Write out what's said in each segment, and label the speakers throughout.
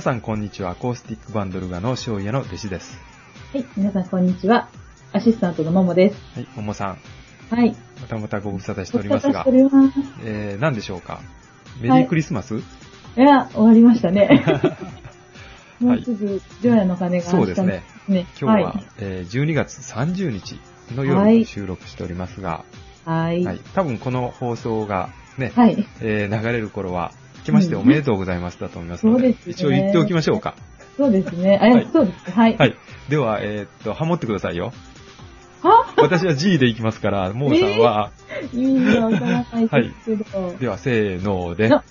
Speaker 1: さんこんにちは。アコースティックバンドルガの塩屋の弟子です。
Speaker 2: はい、皆さんこんにちは。アシスタントのももです。
Speaker 1: はい、ももさん、
Speaker 2: はい、
Speaker 1: またまたご無沙汰して
Speaker 2: ご
Speaker 1: おり
Speaker 2: 無
Speaker 1: ま
Speaker 2: 沙
Speaker 1: す
Speaker 2: 汰
Speaker 1: が
Speaker 2: してお、ります。
Speaker 1: えー、何でしょうかメリークリスマス、
Speaker 2: いや、終わりましたね。もうすぐ、除夜の鐘が
Speaker 1: そうですね。。
Speaker 2: ね、
Speaker 1: 今日は、
Speaker 2: はい。
Speaker 1: えー12月30日の
Speaker 2: は
Speaker 1: 夜
Speaker 2: い
Speaker 1: 収録しておりますが、
Speaker 2: はい。
Speaker 1: はい、多分この放送がね、
Speaker 2: はい。
Speaker 1: えー流れる頃は、明けましておめでとうございますだと思いますので、
Speaker 2: うんそうです
Speaker 1: 一
Speaker 2: ね
Speaker 1: 応言っておきましょうか。
Speaker 2: そうですね。あ、
Speaker 1: はい
Speaker 2: そうですね。はい。
Speaker 1: はい。では、えーっと、ハモってくださいよ。
Speaker 2: は
Speaker 1: 私は G でいきます から、もうさんは、
Speaker 2: 意味がわからないですけど。
Speaker 1: では、せーので、明
Speaker 2: の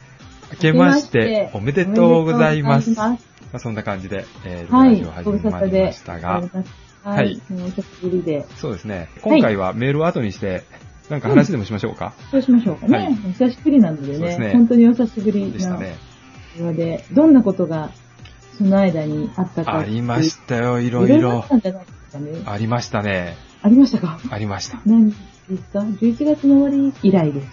Speaker 1: けましておめでとうございます。
Speaker 2: おめでと
Speaker 1: ま
Speaker 2: うございます
Speaker 1: あ、そんな感じで、えー
Speaker 2: は
Speaker 1: ラ
Speaker 2: い
Speaker 1: ジオ。始
Speaker 2: ご無沙
Speaker 1: ま
Speaker 2: 汰
Speaker 1: り
Speaker 2: で
Speaker 1: ましたが、
Speaker 2: は
Speaker 1: はい
Speaker 2: い。もうお久しぶりで。
Speaker 1: そうですね。
Speaker 2: は
Speaker 1: 今
Speaker 2: い
Speaker 1: 回はメールを後にして、なんか話でもしましょうか。
Speaker 2: そうしましょうか
Speaker 1: はい
Speaker 2: ね。お久しぶりなので
Speaker 1: そうですね
Speaker 2: ね。本当にお久しぶり
Speaker 1: でした
Speaker 2: な
Speaker 1: ね。
Speaker 2: 会話で、どんなことがその間にあったか。
Speaker 1: ありましたよ、い
Speaker 2: いろ
Speaker 1: ろ
Speaker 2: い
Speaker 1: い
Speaker 2: ろあ
Speaker 1: ろ
Speaker 2: っ。たんじゃないですかね。
Speaker 1: ありましたね。
Speaker 2: ありましたか
Speaker 1: ありました。
Speaker 2: 何ですか ?11 月の終わり以来です。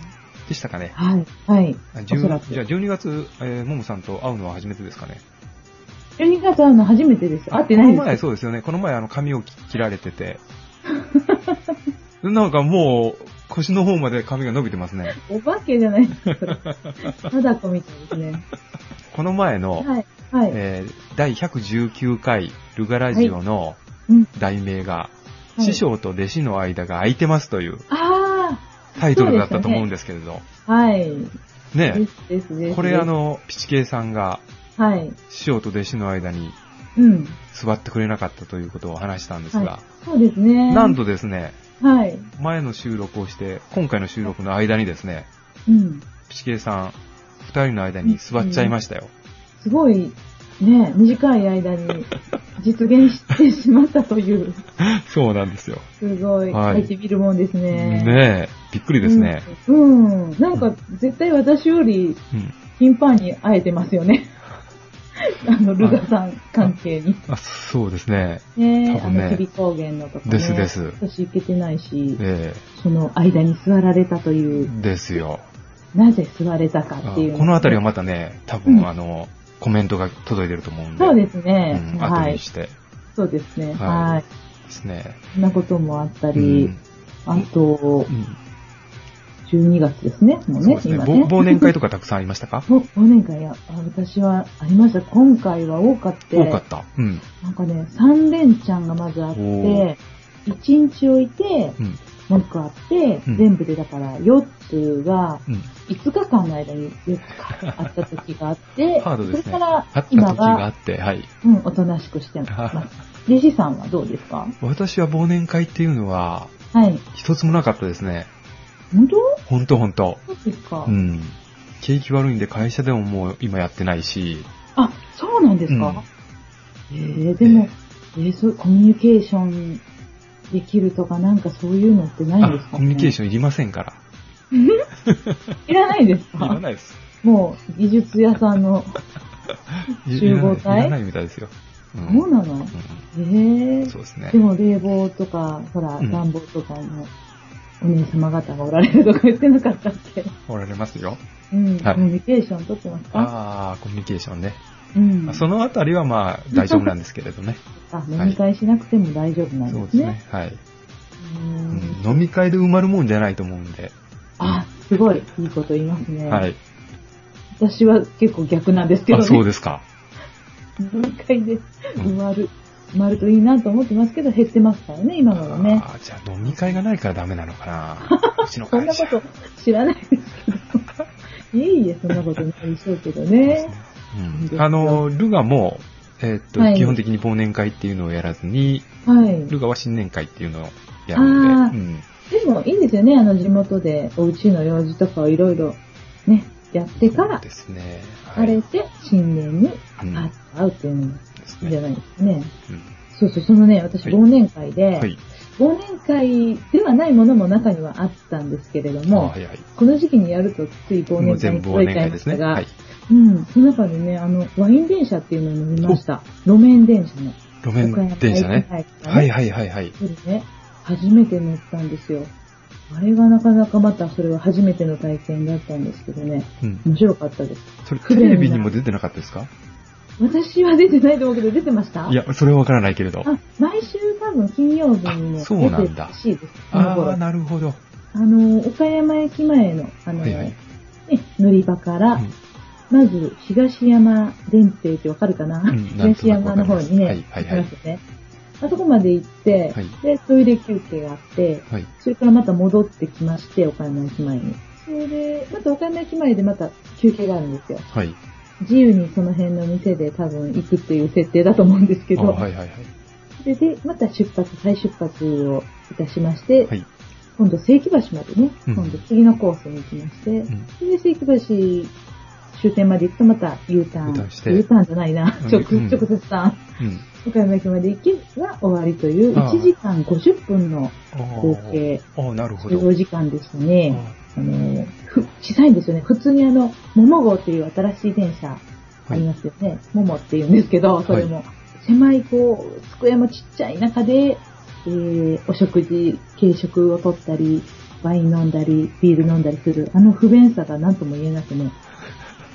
Speaker 1: でしたかね。
Speaker 2: はい。はい。
Speaker 1: あ
Speaker 2: おそ
Speaker 1: 10
Speaker 2: らく
Speaker 1: じゃあ12月、えー、ももさんと会うのは初めてですかね。
Speaker 2: 12月会うの初めてです。会ってない
Speaker 1: この
Speaker 2: で
Speaker 1: 前、
Speaker 2: す。
Speaker 1: そうですよね。この前、あの、髪を切切られて て。なんかもう、腰の方まで髪が伸びてますね。
Speaker 2: お化けじゃないですか。それ貞子みたいで すね。
Speaker 1: この前の、
Speaker 2: はい。はい。
Speaker 1: えー第119回ルガラジオの
Speaker 2: うん。
Speaker 1: 題名が、
Speaker 2: はい
Speaker 1: 師匠と弟子の間が空いてますという
Speaker 2: あ
Speaker 1: タイトルだったと思うんですけれど。
Speaker 2: あはい。で
Speaker 1: ね
Speaker 2: すですです。
Speaker 1: これあ、の、ピチケイさんが
Speaker 2: はい。
Speaker 1: 師匠と弟子の間に
Speaker 2: うん。
Speaker 1: 座ってくれなかったということを話したんですが、
Speaker 2: そうですね。
Speaker 1: なんとですね、
Speaker 2: はい。
Speaker 1: 前の収録をして、今回の収録の間にですね、
Speaker 2: うん。
Speaker 1: ピチケイさん、二人の間に座っちゃいましたよ。
Speaker 2: すごい、ね、短い間に実現してしまったという、
Speaker 1: そうなんですよ。
Speaker 2: すごい、
Speaker 1: はい
Speaker 2: 入ってみるもんです
Speaker 1: ね
Speaker 2: ね。
Speaker 1: え、びっくりですね。
Speaker 2: うん。うん。なんか、絶対私より
Speaker 1: うん。
Speaker 2: 頻繁に会えてますよね。 あの、ルガさん関係に。
Speaker 1: あ、そうですね。
Speaker 2: ね
Speaker 1: 多分ね
Speaker 2: あの、霧高原のとかね。
Speaker 1: ですです
Speaker 2: 私行けてないし、
Speaker 1: え
Speaker 2: その間に座られたと
Speaker 1: え
Speaker 2: いう、
Speaker 1: ですよ。
Speaker 2: なぜ座れたか
Speaker 1: あ
Speaker 2: っていう。
Speaker 1: この辺りはまたね、多分、
Speaker 2: うん
Speaker 1: あの、コメントが届いてると思うんで。
Speaker 2: そうですね。
Speaker 1: うん、後
Speaker 2: は
Speaker 1: に
Speaker 2: い。
Speaker 1: して。
Speaker 2: そうです
Speaker 1: は
Speaker 2: ね。
Speaker 1: い
Speaker 2: はい。
Speaker 1: ですね。
Speaker 2: そんなこともあった
Speaker 1: う
Speaker 2: り、
Speaker 1: ん。
Speaker 2: あと
Speaker 1: う、ん
Speaker 2: 12月ですね。もう
Speaker 1: そう
Speaker 2: ね
Speaker 1: で、すね。
Speaker 2: 今
Speaker 1: 忘
Speaker 2: ね。
Speaker 1: 忘年会とかたくさんありました か
Speaker 2: 忘忘年会や、あ私はありました。今回は多かって。
Speaker 1: 多かった。うん。
Speaker 2: なんかね、三連チャンがまずあっ
Speaker 1: おー
Speaker 2: て、一日置いて、
Speaker 1: うん。
Speaker 2: もう一個あって、
Speaker 1: うん
Speaker 2: 全部でだから4つが、
Speaker 1: うん。
Speaker 2: 5日間の間に4つかあった時があって、
Speaker 1: ハードです
Speaker 2: そ
Speaker 1: ね。
Speaker 2: れから
Speaker 1: あった時
Speaker 2: 今
Speaker 1: があ
Speaker 2: は、
Speaker 1: って、はい。
Speaker 2: うん、おとなしくし てます。弟子さんはどうですか
Speaker 1: 私は忘年会っていうのは、
Speaker 2: はい。
Speaker 1: 一つもなかったですね。
Speaker 2: 本当
Speaker 1: ほんとほんと。
Speaker 2: そうですか、
Speaker 1: うん。景気悪いんで会社でももう今やってないし。
Speaker 2: あ、そうなんですか、えー、でも、えーそう、コミュニケーションできるとかなんかそういうのってないんです
Speaker 1: あ、
Speaker 2: か、ね、
Speaker 1: コミュニケー
Speaker 2: ョ
Speaker 1: ションいりませんから。
Speaker 2: ン。いらないです
Speaker 1: いら
Speaker 2: か
Speaker 1: ないです。
Speaker 2: もう、技術屋さんの、
Speaker 1: い
Speaker 2: 集合
Speaker 1: い
Speaker 2: 体
Speaker 1: らないいらないみたいですよ。う
Speaker 2: そ
Speaker 1: ん
Speaker 2: うなの
Speaker 1: う
Speaker 2: え
Speaker 1: ん
Speaker 2: ー、
Speaker 1: そうですね
Speaker 2: で。も冷房とか、ほら、
Speaker 1: うん
Speaker 2: 暖房とかのお姉様方がおられるとか言ってなかったっけ
Speaker 1: おられますよ。
Speaker 2: うん、
Speaker 1: はい
Speaker 2: コミュニケーション取ってますか
Speaker 1: ああ、コミュニケーションね。
Speaker 2: うん。
Speaker 1: そのあたりはまあ大丈夫なんですけれど ね。
Speaker 2: あ、飲み会しなくても大丈夫なん
Speaker 1: そう
Speaker 2: で
Speaker 1: ですす
Speaker 2: ね。
Speaker 1: ね。はい。
Speaker 2: う
Speaker 1: うんん飲み会で埋まるもんじゃないと思うんで。
Speaker 2: あ、すごい、いいこと言いますね。
Speaker 1: はい。
Speaker 2: 私は結構逆なんですけど
Speaker 1: あ、
Speaker 2: ね。
Speaker 1: そうですか。
Speaker 2: 飲み会で埋まる、埋まるといいなと思ってますけど、減ってますからね、今のね。
Speaker 1: あーじゃあ飲み会がないからダメなのか な。うちの
Speaker 2: そん
Speaker 1: 会
Speaker 2: な
Speaker 1: 社。
Speaker 2: こと知らないですけど。いえいえ、そんなことないでしょうけどね。
Speaker 1: うんあの、ルガも、えーっと、
Speaker 2: はい
Speaker 1: 基本的に忘年会っていうのをやらずに、
Speaker 2: はい。
Speaker 1: ルガは新年会っていうのをやるんで、うん
Speaker 2: でもいいんですよね、あの地元でお家の用事とかをいろいろね、やってか
Speaker 1: そう
Speaker 2: ら、
Speaker 1: ですね。は
Speaker 2: 晴
Speaker 1: い
Speaker 2: れて新年に
Speaker 1: うん
Speaker 2: 会会うっていうのも
Speaker 1: です
Speaker 2: いいんじゃ
Speaker 1: ね。
Speaker 2: ないですかね。
Speaker 1: うん
Speaker 2: そうそう、そのね、私
Speaker 1: はい
Speaker 2: 忘年会で、
Speaker 1: はい。
Speaker 2: 忘年会ではないものも中にはあったんですけれど
Speaker 1: あ
Speaker 2: も
Speaker 1: は、いはい。
Speaker 2: この時期にやるとつい
Speaker 1: も
Speaker 2: 忘
Speaker 1: う
Speaker 2: 年会
Speaker 1: 全
Speaker 2: に
Speaker 1: 部忘
Speaker 2: 届
Speaker 1: 年
Speaker 2: いちゃい
Speaker 1: 会
Speaker 2: ま
Speaker 1: で
Speaker 2: し
Speaker 1: すね。
Speaker 2: たが、
Speaker 1: はい。
Speaker 2: うん、その中でね、あの、ワイン電車っていうのを見ました。路面電車の。
Speaker 1: 路面電車ね。は
Speaker 2: はいい。
Speaker 1: はいはいはい。
Speaker 2: それね、初めて乗ったんですよ。あれがなかなかまたそれは初めての体験だったんですけどね、
Speaker 1: うん。
Speaker 2: 面白かったです。
Speaker 1: それテレビにも出てなかったですか
Speaker 2: 私は出てないと思うけど、出てました
Speaker 1: い、や、それはわからないけれど。
Speaker 2: あ、毎週多分金曜日に
Speaker 1: あ
Speaker 2: も
Speaker 1: そう
Speaker 2: 出
Speaker 1: な
Speaker 2: て
Speaker 1: ん
Speaker 2: る
Speaker 1: だ
Speaker 2: らしいです。この
Speaker 1: あ
Speaker 2: 頃
Speaker 1: あ、なるほど。
Speaker 2: あの、岡山駅前の、あの、
Speaker 1: はいはい
Speaker 2: ね、乗り場から、
Speaker 1: うん
Speaker 2: まず東山電停ってわかるかな、
Speaker 1: んなんとな
Speaker 2: 東
Speaker 1: くわ
Speaker 2: 山
Speaker 1: かり
Speaker 2: の
Speaker 1: ま
Speaker 2: 方
Speaker 1: す
Speaker 2: にね、
Speaker 1: はいはいはい
Speaker 2: 行きますよね。あそこまで行って、
Speaker 1: はい
Speaker 2: で、トイレ休憩があって、
Speaker 1: はい。
Speaker 2: それからまた戻ってきまして、岡山駅前に。それで、また岡山駅前でまた休憩があるんですよ。
Speaker 1: はい。
Speaker 2: 自由にその辺の店で多分行くっていう設定だと思うんですけ
Speaker 1: あ
Speaker 2: ど、
Speaker 1: はいはいはい。
Speaker 2: それで、また出発、再出発をいたしまして、
Speaker 1: はい。
Speaker 2: 今度、正規橋までね、
Speaker 1: うん
Speaker 2: 今度次のコースに行きまして、
Speaker 1: ん
Speaker 2: それで正規橋終点まで行くとまた U ターン。
Speaker 1: U ターンして
Speaker 2: U ターンじゃないな
Speaker 1: う。ん
Speaker 2: 直、
Speaker 1: うん
Speaker 2: 直接ターン。
Speaker 1: うん。
Speaker 2: 岡山駅まで行けば終わりという、
Speaker 1: ああ
Speaker 2: 1時間50分の
Speaker 1: あー
Speaker 2: 合計、
Speaker 1: あーなるほ
Speaker 2: 所
Speaker 1: ど。
Speaker 2: 要時間でしたね。
Speaker 1: あ
Speaker 2: あの、ふ、小さいんですよね。普通にあの、桃号っていう新しい電車
Speaker 1: ー
Speaker 2: あ
Speaker 1: は
Speaker 2: り
Speaker 1: い。
Speaker 2: ますよね。桃って言うんですけど、それも、狭いこう、机もちっちゃい中で、えー、お食事、軽食を取ったり、ワイン飲んだり、ビール飲んだりする、あの不便さが何とも言えな くね、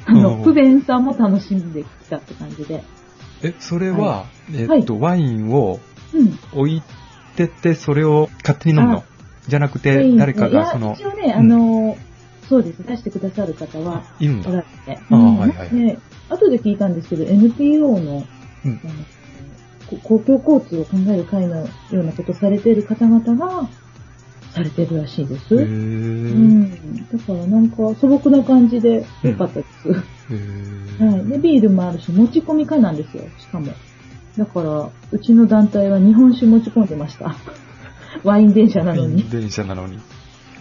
Speaker 2: あ
Speaker 1: う
Speaker 2: の、
Speaker 1: ん
Speaker 2: 不便さも楽しんできたって感じで。
Speaker 1: え、それは、え
Speaker 2: はい
Speaker 1: っと、ワインを
Speaker 2: うん。
Speaker 1: 置いてって、それを勝手に飲むの
Speaker 2: あ
Speaker 1: じゃなく
Speaker 2: ワ
Speaker 1: て
Speaker 2: イ、ン
Speaker 1: 誰か
Speaker 2: いや
Speaker 1: がその
Speaker 2: 一、応ね、あの、そうです、出してくださる方は、
Speaker 1: いるん
Speaker 2: おら
Speaker 1: だ。
Speaker 2: れて。
Speaker 1: あ
Speaker 2: うん
Speaker 1: はいはいはい
Speaker 2: ね、後で聞いたんですけど、NPO の、
Speaker 1: うん
Speaker 2: あのこ公共交通を考える会のようなことされている方々が、されてるらしいです。
Speaker 1: へ
Speaker 2: う
Speaker 1: ー
Speaker 2: ん。だからなんか素朴な感じで良かったです。
Speaker 1: へー
Speaker 2: はい。で、ビールもあるし、持ち込み会なんですよ、しかも。だから、うちの団体は日本酒持ち込んでました。 ワイン電車なのに。
Speaker 1: 電車なのに。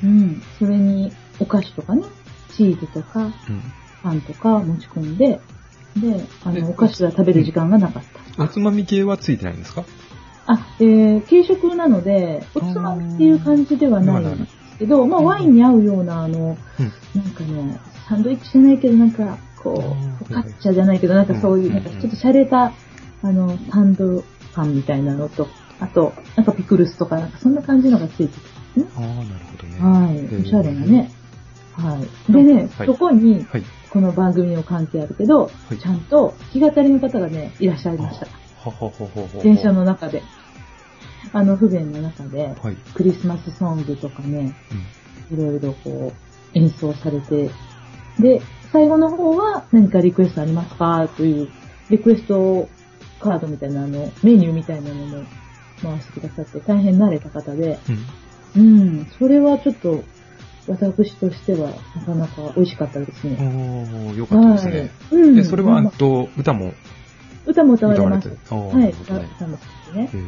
Speaker 2: うん。それに、お菓子とかね、チーズとか、パンとか持ち込んで、で、あ
Speaker 1: え
Speaker 2: の、お菓子は食べる時間がなかった。
Speaker 1: うん。おつまみ系はついてないんですか
Speaker 2: あ、えー、軽食なので、おつまみっていう感じではないんですけど、まあ、ワインに合うような、あの、なんかね、サンドイッチじゃないけど、なんか、こ
Speaker 1: あー
Speaker 2: う、フォカッチャじゃないけど、なんかそういうう、
Speaker 1: ん
Speaker 2: なんかちょっと洒落た、あの、サンドパンみたいなのと、あと、なんかピクルスとか、なんかそんな感じのがついてたんです
Speaker 1: ああ、
Speaker 2: ね。
Speaker 1: なるほどね。
Speaker 2: はい。おしゃれなね。はい。でね、
Speaker 1: はい
Speaker 2: そこに、
Speaker 1: はい。
Speaker 2: この番組にも関係あるけど、
Speaker 1: はい
Speaker 2: ちゃんと弾き語りの方がね、いらっしゃいました。
Speaker 1: ほほほほほ。
Speaker 2: 電車。の中で。あの、不便の中で、
Speaker 1: はい。うん
Speaker 2: クリスマスソングとかね、いろいろこう、演奏されて、で、最後の方は何かリクエストありますかという、リクエストカードみたいな、あの、メニューみたいなのも回してくださって、大変慣れた方で、
Speaker 1: うん。
Speaker 2: うん、それはちょっと、私としては、なかなか美味しかったですね。
Speaker 1: おー、よかったですね。
Speaker 2: はい。うん。
Speaker 1: え、それは、あと、歌も
Speaker 2: 歌も歌わ
Speaker 1: 歌
Speaker 2: れ
Speaker 1: われ
Speaker 2: ま
Speaker 1: て
Speaker 2: す。
Speaker 1: る。あー
Speaker 2: は、
Speaker 1: ないるほ
Speaker 2: 歌
Speaker 1: ど
Speaker 2: も
Speaker 1: ね。
Speaker 2: 歌ですね。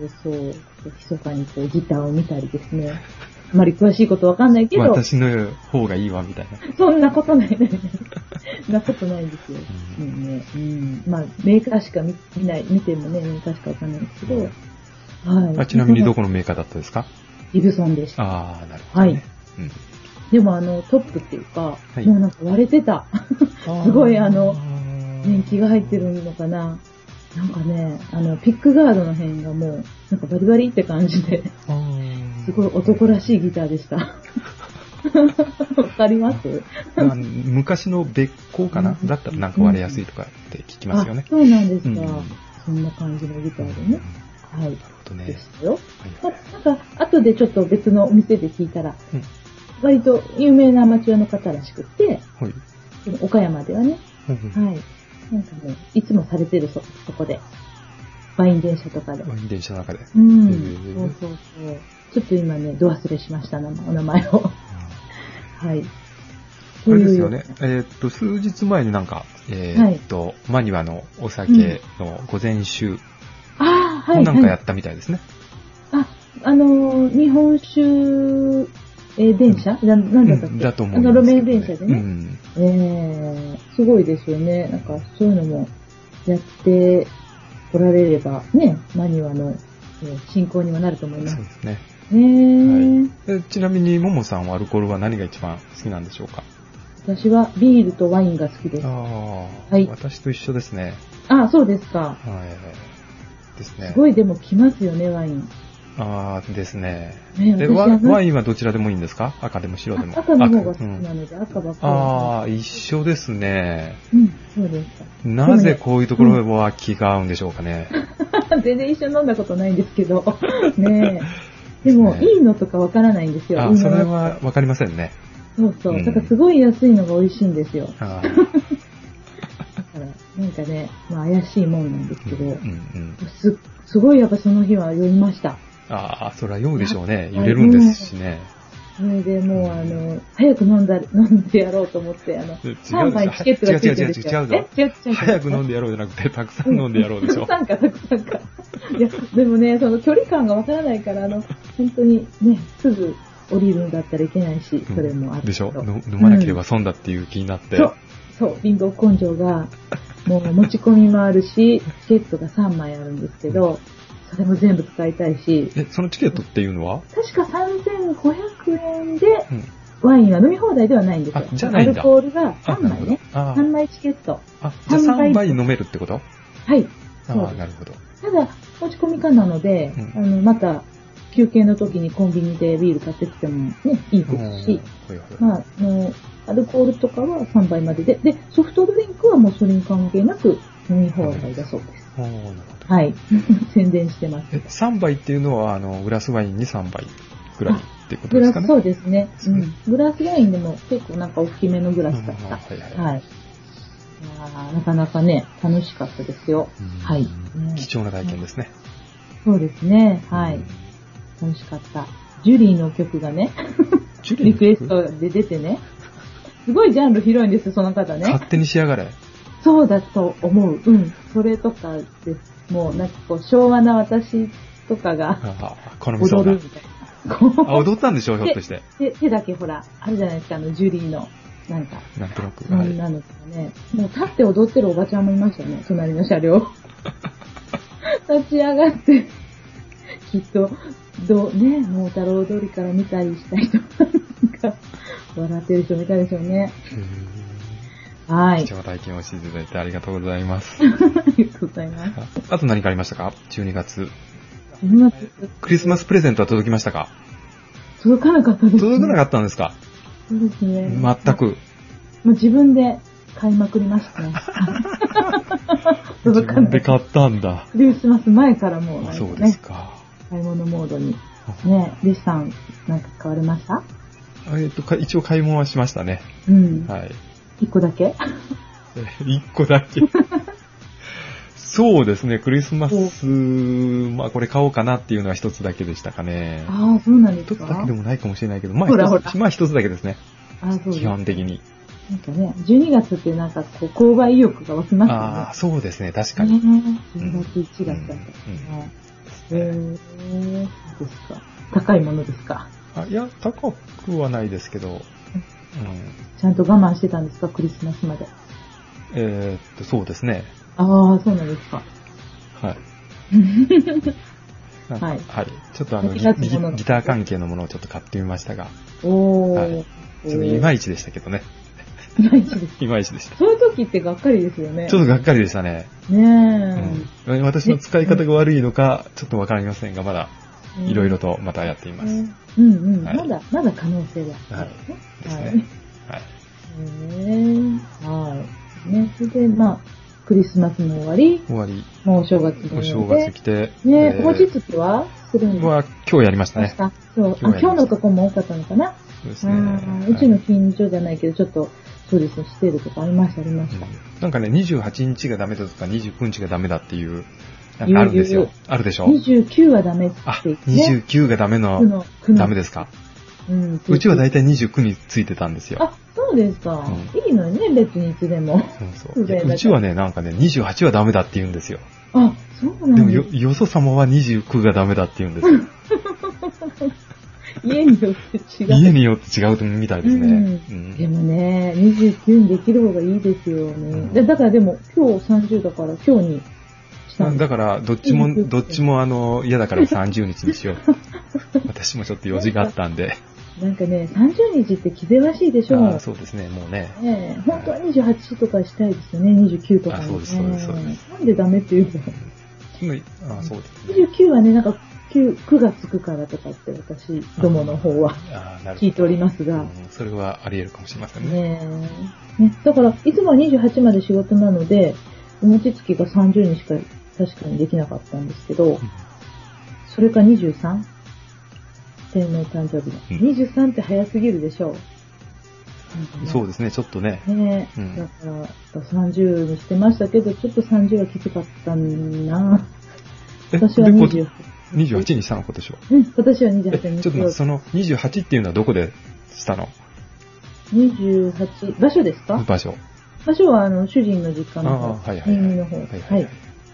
Speaker 1: へー
Speaker 2: そう、密かにこうギターを見たりですね。あまり詳しいことわかんないけど、
Speaker 1: 私の方がいいわ、みたいな。
Speaker 2: そんなことないね。そんなことないですよ。
Speaker 1: う
Speaker 2: うんんね、うん。まあ、メーカーしか見見ない、見てもね、メーカーしかわかんないですけど、はい。
Speaker 1: あちなみにどこのメーカーだったですか
Speaker 2: ギブソンでした。
Speaker 1: ああ、なるほどね。
Speaker 2: はい
Speaker 1: うん。
Speaker 2: でもあの、トップっていうか、
Speaker 1: はい
Speaker 2: もうなんか割れてた。すごいあの
Speaker 1: ー
Speaker 2: 年季が入ってるのかな。なんかね、あの、ピックガードの辺がもう、なんかバリバリって感じで、
Speaker 1: あー
Speaker 2: すごい男らしいギター でした。わかります
Speaker 1: まあ昔の別校かな
Speaker 2: うん
Speaker 1: だったらなんか割れやすいとかって聞きますよね
Speaker 2: あ。そうなんですか、
Speaker 1: うん
Speaker 2: そんな感じのギタ
Speaker 1: なる
Speaker 2: ーでね。はい。
Speaker 1: ほど
Speaker 2: で
Speaker 1: ね
Speaker 2: し。たよ。
Speaker 1: はい
Speaker 2: まあなんか、後でちょっと別のお店で聞いたら、
Speaker 1: うん
Speaker 2: 割と有名なアマチュアの方らしくって、
Speaker 1: はい。
Speaker 2: その岡山ではね、
Speaker 1: うんうん
Speaker 2: はい。なんかね、いつもされてるそう、そこで。ワイン電車とかで。
Speaker 1: ワイン電車の中で。
Speaker 2: うん。
Speaker 1: ー
Speaker 2: そうそうそう。ちょっと今ね、ど忘れしました、名前お名前を。
Speaker 1: あ
Speaker 2: はい。
Speaker 1: れですよね
Speaker 2: という。
Speaker 1: えーっと、数日前になんか、えーっと、マニュアのお酒の午前酒
Speaker 2: ああ、は
Speaker 1: を
Speaker 2: い。
Speaker 1: なんかや
Speaker 2: はい
Speaker 1: ったみたいですね。
Speaker 2: あ、あのー日本酒、えー電車、ななんだったっけ、
Speaker 1: うんだと思
Speaker 2: あ
Speaker 1: う
Speaker 2: の、
Speaker 1: ん
Speaker 2: 路
Speaker 1: ですけど
Speaker 2: 面電車で
Speaker 1: う
Speaker 2: ね。
Speaker 1: ん
Speaker 2: えー、すごいですよね。なんか、そういうのもやっておられれば、ね、マニュアの、えー進行にもなると思いま
Speaker 1: そ
Speaker 2: す
Speaker 1: う。ですね。
Speaker 2: ねー
Speaker 1: はいえちなみに、ももさんはアルコールは何が一番好きなんでしょうか
Speaker 2: 私はビールとワインが好きです。あ
Speaker 1: ああ、
Speaker 2: はい
Speaker 1: 私と一緒ですね。
Speaker 2: そうですか。
Speaker 1: はい。ですね。
Speaker 2: すごいでも来ますよね、ワイン。
Speaker 1: ああ、ですね。
Speaker 2: ね
Speaker 1: で
Speaker 2: 私
Speaker 1: ワ
Speaker 2: あの
Speaker 1: ワインはどちらでもいいんですか赤でも白でも。
Speaker 2: あ赤の方が好き
Speaker 1: 赤うん
Speaker 2: なので、赤ばっかり。
Speaker 1: ああ、一緒ですね。
Speaker 2: うん。そうでした。
Speaker 1: なぜこういうところは気が合うんでしょうかね。
Speaker 2: 全然一緒に飲んだことないんですけど。 ね え。でも、
Speaker 1: ね
Speaker 2: いいのとかわからないんですよ。いい
Speaker 1: あ、
Speaker 2: の
Speaker 1: それはわかりませんね。
Speaker 2: そうそうう。
Speaker 1: ん
Speaker 2: だからすごい安いのが美味しいんですよ。
Speaker 1: あー
Speaker 2: だから、なんかね、まあ怪しいもんなんですけ
Speaker 1: うんう
Speaker 2: ど、
Speaker 1: ん
Speaker 2: す、すごいやっぱその日は酔いました。
Speaker 1: ああ、それは酔うでしょうね。揺れるんですしね。
Speaker 2: それでもうあの、早く飲んだ、 飲んでやろうと思って、あの、
Speaker 1: 違うでしょ
Speaker 2: 3枚チケットがついてるんですよ。
Speaker 1: 違う違う違う違う
Speaker 2: え違う違う違う。
Speaker 1: 早く飲んでやろうじゃなくて、たくさん飲んでやろうで しょ。
Speaker 2: たくさんか、たくさんか。いや、でもね、その距離感がわからないから、あの、本当にね、すぐ降りるんだったらいけないし、それもあって。
Speaker 1: でしょの飲まなければ損だっていう気になって。
Speaker 2: そう、そう、貧乏根性が、もう持ち込みもあるし、チケットが3枚あるんですけど、それも全部使いたいし、
Speaker 1: え、そのチケットっていうのは
Speaker 2: 確か3500円で
Speaker 1: うん。
Speaker 2: ワインは飲み放題ではないんですよ。
Speaker 1: あじゃないんだ
Speaker 2: アルコールが
Speaker 1: あ、
Speaker 2: 3
Speaker 1: なる
Speaker 2: 枚
Speaker 1: ほど
Speaker 2: ね。。
Speaker 1: あ
Speaker 2: 3枚チケット。
Speaker 1: あ、あじゃあ
Speaker 2: 三倍
Speaker 1: 3杯飲めるってこと
Speaker 2: はい。
Speaker 1: あ
Speaker 2: そう
Speaker 1: あ、なるほど。
Speaker 2: ただ、持ち込みかなので、
Speaker 1: うん
Speaker 2: あの、また、休憩の時にコンビニでビール買ってきてもね、いいですし、
Speaker 1: ほいほい
Speaker 2: まあ、あの、アルコールとかは3杯までで、で、ソフトドリンクはもうそれに関係なく飲み放題だそうです。
Speaker 1: おーなるほど。
Speaker 2: はい。 宣伝してます。
Speaker 1: え、3杯っていうのは、あの、グラスワインに3杯ぐらいってことで
Speaker 2: グラ
Speaker 1: すか
Speaker 2: ス、
Speaker 1: ね。
Speaker 2: そうですね。
Speaker 1: そううで
Speaker 2: ん。グラスワインでも結構なんか大きめのグラスだっ
Speaker 1: うんはいはい
Speaker 2: た。はい。あーなかなかね、楽しかったですよ。
Speaker 1: うん
Speaker 2: はい。ね
Speaker 1: 貴重な体験ですね。
Speaker 2: そうですね。はい。楽しかった。ジュリーの曲がね、
Speaker 1: ジュリー
Speaker 2: リ
Speaker 1: の
Speaker 2: ク
Speaker 1: 曲
Speaker 2: エストで出てね。すごいジャンル広いんですよ、その方ね。
Speaker 1: 勝手に仕上がれ。
Speaker 2: そうだと思う。うん。それとかです。もう、なんかこう、昭和な私とかが
Speaker 1: ああ、好みそ
Speaker 2: 踊
Speaker 1: う
Speaker 2: る
Speaker 1: な
Speaker 2: み。たいな。
Speaker 1: あ、
Speaker 2: こ
Speaker 1: 踊ったんでしょう、ひょっとして。
Speaker 2: う、手手だけほら、あるじゃないですか、あの、ジュリーの、なんか、
Speaker 1: なんとなく。
Speaker 2: そ
Speaker 1: はい。
Speaker 2: んなのとかね。もう立って踊ってるおばちゃんもいましたね、隣の 車両。立ち上がって、きっと、どう、ね、桃太郎通りから見たりした人なんか、笑ってる人見たでしょうね。は
Speaker 1: へ
Speaker 2: い
Speaker 1: ー貴。重な体験をしていただいてありがとうござい ます。
Speaker 2: ありがとうございます。
Speaker 1: あと何かありましたか ?12 月。
Speaker 2: 年末
Speaker 1: クリスマスプレゼントは届きましたか
Speaker 2: 届かなかったです、ね。
Speaker 1: 届かな
Speaker 2: かっ
Speaker 1: かったんですか
Speaker 2: た。そうですね。
Speaker 1: 全く。
Speaker 2: もう自分で買いまくりましたね。
Speaker 1: 自
Speaker 2: 届か
Speaker 1: 分
Speaker 2: な
Speaker 1: で
Speaker 2: い。
Speaker 1: 買ったんだ。
Speaker 2: クリスマス前からもうなんかね、
Speaker 1: そうですか。
Speaker 2: 買い物モードに。ね、リスさん、なんか買われました
Speaker 1: あえっと、か一応買い物はしましたね。
Speaker 2: うん。
Speaker 1: はい。
Speaker 2: 一個だ
Speaker 1: え
Speaker 2: け
Speaker 1: 1個だ け。そうですね、クリスマス、まあこれ買おうかなっていうのは一つだけでしたかね。
Speaker 2: ああ、そうなんです
Speaker 1: 一つ
Speaker 2: か。
Speaker 1: だけでもないかもしれないけど、まあ
Speaker 2: ほらほ
Speaker 1: 一
Speaker 2: ら
Speaker 1: つまあ一つだけですね、
Speaker 2: ああ、そうです。
Speaker 1: 基
Speaker 2: なん
Speaker 1: 本的に。
Speaker 2: かね、12月ってなんかこう、購買意欲が湧きますよね。
Speaker 1: ああ、そうですね、確か
Speaker 2: ね
Speaker 1: に。
Speaker 2: え
Speaker 1: うん
Speaker 2: 12月1月だったんですね。
Speaker 1: うん
Speaker 2: へ、えー、そうですか。高いものですか。
Speaker 1: あいや、高くはないですけど、うん、
Speaker 2: ちゃんと我慢してたんですか、クリスマスまで。
Speaker 1: えーっと、そうですね。
Speaker 2: ああ、そうなんですか。
Speaker 1: はい。なんか
Speaker 2: はい
Speaker 1: はい。ちょっとあの、ギ
Speaker 2: 目立つもの
Speaker 1: ギギター関係のものをちょっと買ってみましたが、
Speaker 2: おー。
Speaker 1: はいちょっといまいちでしたけどね。
Speaker 2: いまいちです。
Speaker 1: いまいちでした。
Speaker 2: そういう時ってがっかりですよね。
Speaker 1: ちょっとがっかりでしたね。
Speaker 2: ねえ。
Speaker 1: うん、私の使い方が悪いのか、ちょっとわかりませんが、まだ、いろいろとまたやっています。
Speaker 2: ねうんうん、
Speaker 1: はい
Speaker 2: まだ、まだ可能性があるね。
Speaker 1: です
Speaker 2: は
Speaker 1: ねは
Speaker 2: い。
Speaker 1: い。
Speaker 2: ねえはい。ね、それで、まあ、クリスマスも終わり、
Speaker 1: 終わり、
Speaker 2: もうお正月も
Speaker 1: お
Speaker 2: 終
Speaker 1: 正
Speaker 2: わり
Speaker 1: 月来て、
Speaker 2: で。ね
Speaker 1: え
Speaker 2: え、
Speaker 1: ー
Speaker 2: 餅つきはするんです
Speaker 1: は今日やりましたね。
Speaker 2: かそう。
Speaker 1: 今日やりま
Speaker 2: あ、
Speaker 1: した
Speaker 2: 今日のとこも多かったのかな
Speaker 1: そうです
Speaker 2: あ
Speaker 1: ね。
Speaker 2: ー
Speaker 1: は
Speaker 2: う
Speaker 1: い
Speaker 2: ちの近所じゃないけど、ちょっと、そうですね、してるとかありました、ありました。
Speaker 1: うんなんかね、28日がダメだとか29日がダメだっていう、なんかあるんです
Speaker 2: 言
Speaker 1: よ
Speaker 2: う。
Speaker 1: あるでしょ
Speaker 2: 29はダメって
Speaker 1: あ、
Speaker 2: 言ってね。
Speaker 1: 29がダメ
Speaker 2: 区
Speaker 1: の、
Speaker 2: の、区の。
Speaker 1: ダメですか
Speaker 2: うん。
Speaker 1: うちは大体29についてたんですよ。
Speaker 2: あ、そうですか。
Speaker 1: う
Speaker 2: いいのね、別にいつでも。
Speaker 1: そうそう。
Speaker 2: 不便だか
Speaker 1: で
Speaker 2: ら
Speaker 1: うちはね、なんかね、28はダメだって言うんですよ。
Speaker 2: あ、そう
Speaker 1: で
Speaker 2: な
Speaker 1: も
Speaker 2: んで
Speaker 1: よ
Speaker 2: す、
Speaker 1: よそ様は29がダメだって言うんですよ。
Speaker 2: 家によって違う。
Speaker 1: 家によって違うみたいですね。
Speaker 2: う
Speaker 1: うんん
Speaker 2: でもね、29にできる方がいいですよね。でだからでも、今日30だから今日にしたんで
Speaker 1: だから、どっち
Speaker 2: いいです
Speaker 1: も、
Speaker 2: ね
Speaker 1: どっちもあの、嫌だから30日にし よう。私もちょっと用事があったんで。
Speaker 2: なんかね、30日って気ぜわしいでしょ。
Speaker 1: あーそうですね、もうね。
Speaker 2: ねえ、本当は28とかしたいですよね、29とかね
Speaker 1: あそうですそうですそうで
Speaker 2: なんでダメっていうの
Speaker 1: うんあーそうですね。
Speaker 2: 29はね、なんか 9, 9月9からとかって私どもの方は
Speaker 1: あーなる
Speaker 2: 聞いておりますが、
Speaker 1: うんそれはあり得るかもしれませんね。
Speaker 2: ねえね、だから、いつもは28まで仕事なので、お餅つきが30にしか確かにできなかったんですけど、それか 23? 天皇誕生日の。
Speaker 1: う
Speaker 2: 23って早すぎるでしょ
Speaker 1: うん
Speaker 2: う。
Speaker 1: そうですね、ちょっとね。
Speaker 2: す。ねえ、
Speaker 1: うん
Speaker 2: だから、30にしてましたけど、ちょっと30はきつかったな
Speaker 1: え
Speaker 2: 私は
Speaker 1: でこ
Speaker 2: 28。
Speaker 1: 28にしたの今年は。
Speaker 2: うん、私は
Speaker 1: え、
Speaker 2: 28
Speaker 1: ちょっ
Speaker 2: 日
Speaker 1: と待って、その28っていうのはどこでしたの
Speaker 2: 28、場所ですか
Speaker 1: 場所。
Speaker 2: 場所は、あの、主人の実家の
Speaker 1: ああ
Speaker 2: 方、
Speaker 1: はいはいはい
Speaker 2: 新見の方。
Speaker 1: はいはいは
Speaker 2: はいい。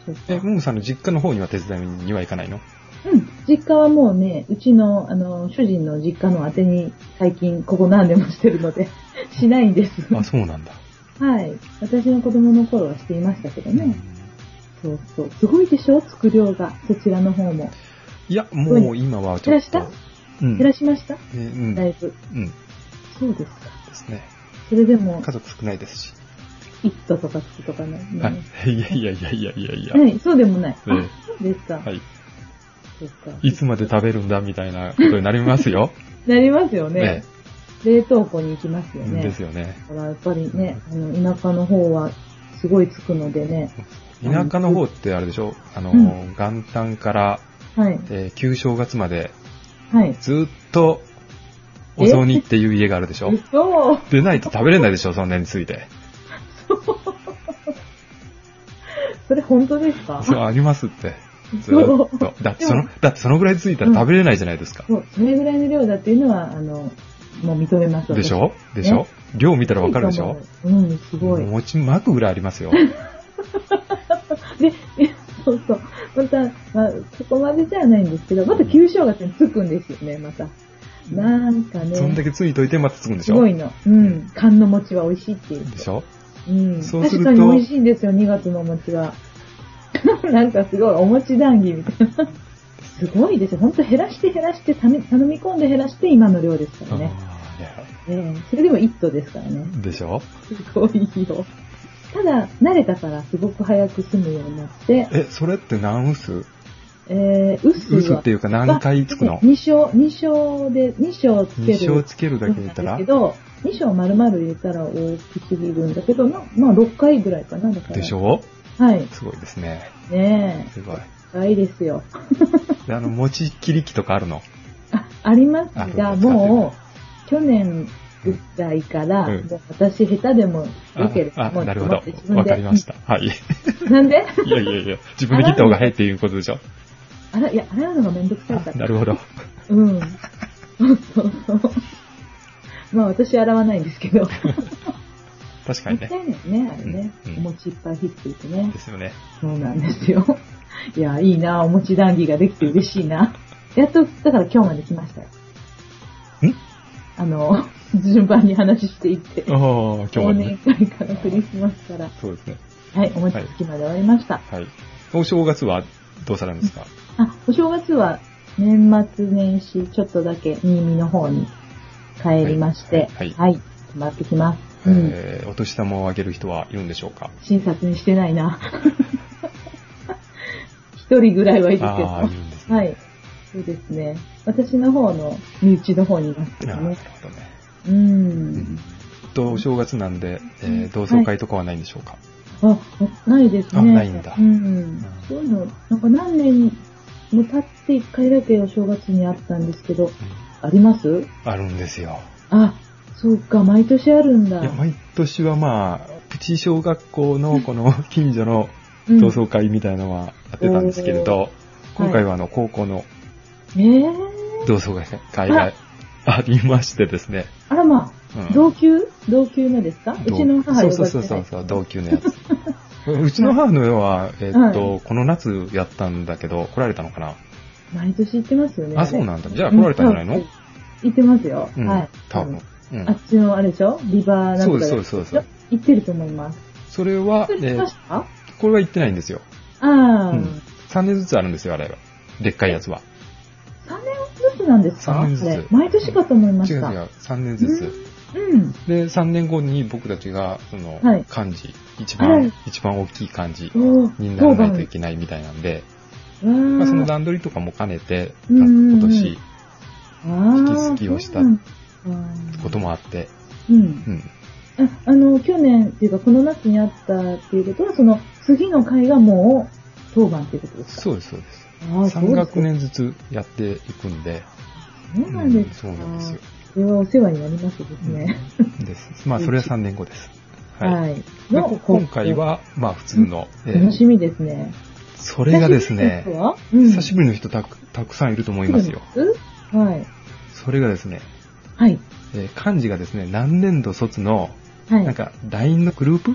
Speaker 2: そうか
Speaker 1: え、ももさんの実家の方には手伝いには行かないの
Speaker 2: うん、実家はもうね、うちの、あの、主人の実家の宛てに最近ここ何年もしてるので、しないんです。
Speaker 1: あ、そうなんだ。
Speaker 2: はい。私の子供の頃はしていましたけど
Speaker 1: うん
Speaker 2: ね。そうそう。すごいでしょ作量が。そちらの方も。
Speaker 1: いや、もう今はちょっと。
Speaker 2: 減らし
Speaker 1: うん。
Speaker 2: 減らしました
Speaker 1: えうん。
Speaker 2: だいぶ。
Speaker 1: うん。で
Speaker 2: そうですか。
Speaker 1: すね。
Speaker 2: それでも、
Speaker 1: 家族少ないですし。
Speaker 2: 一途とか月とかね。
Speaker 1: はい。いやいやいやいやいやいや。
Speaker 2: はい、そうでもない。
Speaker 1: ええ
Speaker 2: あ、そうですか。
Speaker 1: はい。
Speaker 2: そうか。
Speaker 1: いつまで食べるんだみたいなことになりますよ。
Speaker 2: なりますよね
Speaker 1: ね。
Speaker 2: 冷凍庫に行きますよね。
Speaker 1: ですよね。
Speaker 2: だからやっぱりね、あの、田舎の方はすごいつくのでね。
Speaker 1: 田舎の方ってあれでしょあの、
Speaker 2: うん
Speaker 1: 元旦から、
Speaker 2: はい。
Speaker 1: えー旧正月まで
Speaker 2: はい。
Speaker 1: ずっとお雑煮っていう家があるでしょ
Speaker 2: 嘘
Speaker 1: でないと食べれないでしょそんなについて。
Speaker 2: それ本当ですか
Speaker 1: そう、ありますって。ずーっと。だってその、だってそのぐらいついたら食べれないじゃないですか。
Speaker 2: そうそれぐらいの量だっていうのは、あの、もう認めます。
Speaker 1: でしょでしょ量見たらわかるでしょ
Speaker 2: うん、すごい。
Speaker 1: もち巻くぐらいありますよ。
Speaker 2: で、えそうそう。また、まあ、そこまでじゃないんですけど、また旧正月につくんですよね、また。なんかね。
Speaker 1: そんだけついといてまたつくんでし
Speaker 2: す
Speaker 1: ょ
Speaker 2: ごいの。うん。缶の餅は美味しいっていう。
Speaker 1: でしょ
Speaker 2: うん。
Speaker 1: そうする
Speaker 2: 確
Speaker 1: と
Speaker 2: かに美味しいんですよ、2月のお餅は。 なんかすごい、お餅談義みたいな。すごいですよ。ほんと減らして減らして、ため頼み込んで減らして今の量ですからね。
Speaker 1: あーいや
Speaker 2: ええそれでも一頭ですからね。
Speaker 1: でしょ
Speaker 2: すごいよ。ただ、慣れたからすごく早く済むようになって、
Speaker 1: え、それって何ウス
Speaker 2: えー、うす
Speaker 1: ウスっていうか何回つくの
Speaker 2: ?2 章、二章で、二章つける。
Speaker 1: 二章つけるだけ言った
Speaker 2: だ
Speaker 1: ら
Speaker 2: けど、2章丸々入れたら大きすぎるんだけど、ままあ6回ぐらいかな、だから。
Speaker 1: でしょ
Speaker 2: はい。
Speaker 1: すごいですね。
Speaker 2: ねえ。
Speaker 1: すごい。
Speaker 2: 深いですよ。
Speaker 1: であの、餅切り機とかあるの
Speaker 2: あ、あります
Speaker 1: あ
Speaker 2: が、もう、去年ぐらいから、
Speaker 1: うん
Speaker 2: もう私下手でもよ
Speaker 1: あ
Speaker 2: ければ、
Speaker 1: あ、
Speaker 2: もう
Speaker 1: なるほ
Speaker 2: 黙って自分
Speaker 1: ど。
Speaker 2: で
Speaker 1: わかりました。はい。い
Speaker 2: なんで
Speaker 1: やいやいや、自分で切った方が早いっていうことでしょ
Speaker 2: あら、いや、洗うのがめんどくさいか
Speaker 1: あ
Speaker 2: ら。
Speaker 1: なるほど。
Speaker 2: うん。そうそうそう。 まあ私洗わないんですけど。
Speaker 1: 確か
Speaker 2: もっ
Speaker 1: に
Speaker 2: たい
Speaker 1: ね
Speaker 2: な。いよね、あれね。
Speaker 1: うんうん
Speaker 2: お餅いっぱいひっついてね
Speaker 1: で。すよね。
Speaker 2: そうなんですよ。 いや、いいな、お餅談義ができて嬉しいな。やっと、だから今日まで来ましたよ。
Speaker 1: ん
Speaker 2: あの、順番に話していって。
Speaker 1: ああ、今日
Speaker 2: 忘
Speaker 1: まで
Speaker 2: 年
Speaker 1: ね。
Speaker 2: 会からクリスマスから。
Speaker 1: そうですね。
Speaker 2: はい、お餅つきまで終わりました。
Speaker 1: はい。お正月はどうされるんですか
Speaker 2: あ、お正月は年末年始ちょっとだけ新見の方に帰りまして、
Speaker 1: は
Speaker 2: はいい、泊まってきます。うん
Speaker 1: えーお年玉をあげる人はいるんでしょうか
Speaker 2: 診察にしてないな。一人ぐらいはいるけど。
Speaker 1: ああ、いるんですね。
Speaker 2: はい。そうですね。私の方の身内の方にいますけ
Speaker 1: あー
Speaker 2: ど
Speaker 1: なる
Speaker 2: ね。
Speaker 1: ほどね。
Speaker 2: う
Speaker 1: うん
Speaker 2: ん。
Speaker 1: と、お正月なんで、えー同窓会とかはないんでしょうか、
Speaker 2: あ、ないですね。
Speaker 1: あないんだ
Speaker 2: うん。そういうの、なんか何年も経って一回だけお正月にあったんですけど、あります
Speaker 1: あるんですよ。
Speaker 2: あ、そうか、毎年あるんだ。
Speaker 1: いや、毎年はまあ、プチ小学校のこの 近所の
Speaker 2: うん
Speaker 1: 同窓会みたいなのはやってたんですけれど、
Speaker 2: うん
Speaker 1: 今回はあの、高校の
Speaker 2: ええ
Speaker 1: 同窓会がありましてですね。
Speaker 2: あらま
Speaker 1: う
Speaker 2: あ、同級同級のですかうちの母
Speaker 1: そ
Speaker 2: よ
Speaker 1: う
Speaker 2: か
Speaker 1: そうそうそうそう、同級の やつ。うちの母の親は、えーっと、
Speaker 2: は
Speaker 1: この夏やったんだけど、来られたのかな
Speaker 2: 毎年行ってますよね。
Speaker 1: あ、そうなんだ。じゃあ来られたんじゃないの
Speaker 2: うん行ってますよ。
Speaker 1: うん
Speaker 2: はい。
Speaker 1: 多分。う
Speaker 2: あ
Speaker 1: ん。
Speaker 2: っちのあれでしょリバーなんとか
Speaker 1: そうです、そうです、そうです。
Speaker 2: 行ってると思います。
Speaker 1: それは、
Speaker 2: そ
Speaker 1: え
Speaker 2: れ行き
Speaker 1: ー
Speaker 2: ましたあ
Speaker 1: これは行ってないんですよ。
Speaker 2: あー、
Speaker 1: うん3年ずつあるんですよ、あれは。でっかいやつは。
Speaker 2: 3年ずつなんですか
Speaker 1: 三年ずつ
Speaker 2: あれ毎年かと思いま
Speaker 1: 違う違
Speaker 2: した。
Speaker 1: う、3年ずつ。
Speaker 2: うん。
Speaker 1: で、3年後に僕たちが、その
Speaker 2: はい、
Speaker 1: 漢字、一
Speaker 2: は
Speaker 1: 番
Speaker 2: い、
Speaker 1: 一番大きい漢字
Speaker 2: おー
Speaker 1: にならないといけないみたいなんで、まあ、その段取りとかも兼ねて、今年、
Speaker 2: 引
Speaker 1: き継ぎをしたこともあって、
Speaker 2: うん。ああの、去年っていうか、この夏にあったっていうことは、その次の回がもう当番っていうことですか
Speaker 1: そうです、そうです。3学年ずつやっていくんで。
Speaker 2: そうなんです
Speaker 1: か、うん、そうなんですよ。
Speaker 2: それはお世話になりますですね。
Speaker 1: うん、です。まあ、それは3年後です。
Speaker 2: はい。はい、
Speaker 1: 今回は、まあ、普通の。
Speaker 2: えー、楽しみですね。
Speaker 1: それがですね、久しぶりの人たくたくさんいると思いますよ。
Speaker 2: はい。
Speaker 1: それがですね、
Speaker 2: はい。
Speaker 1: えー、漢字がですね、何年度卒の、はい、なんか LINE のグループ、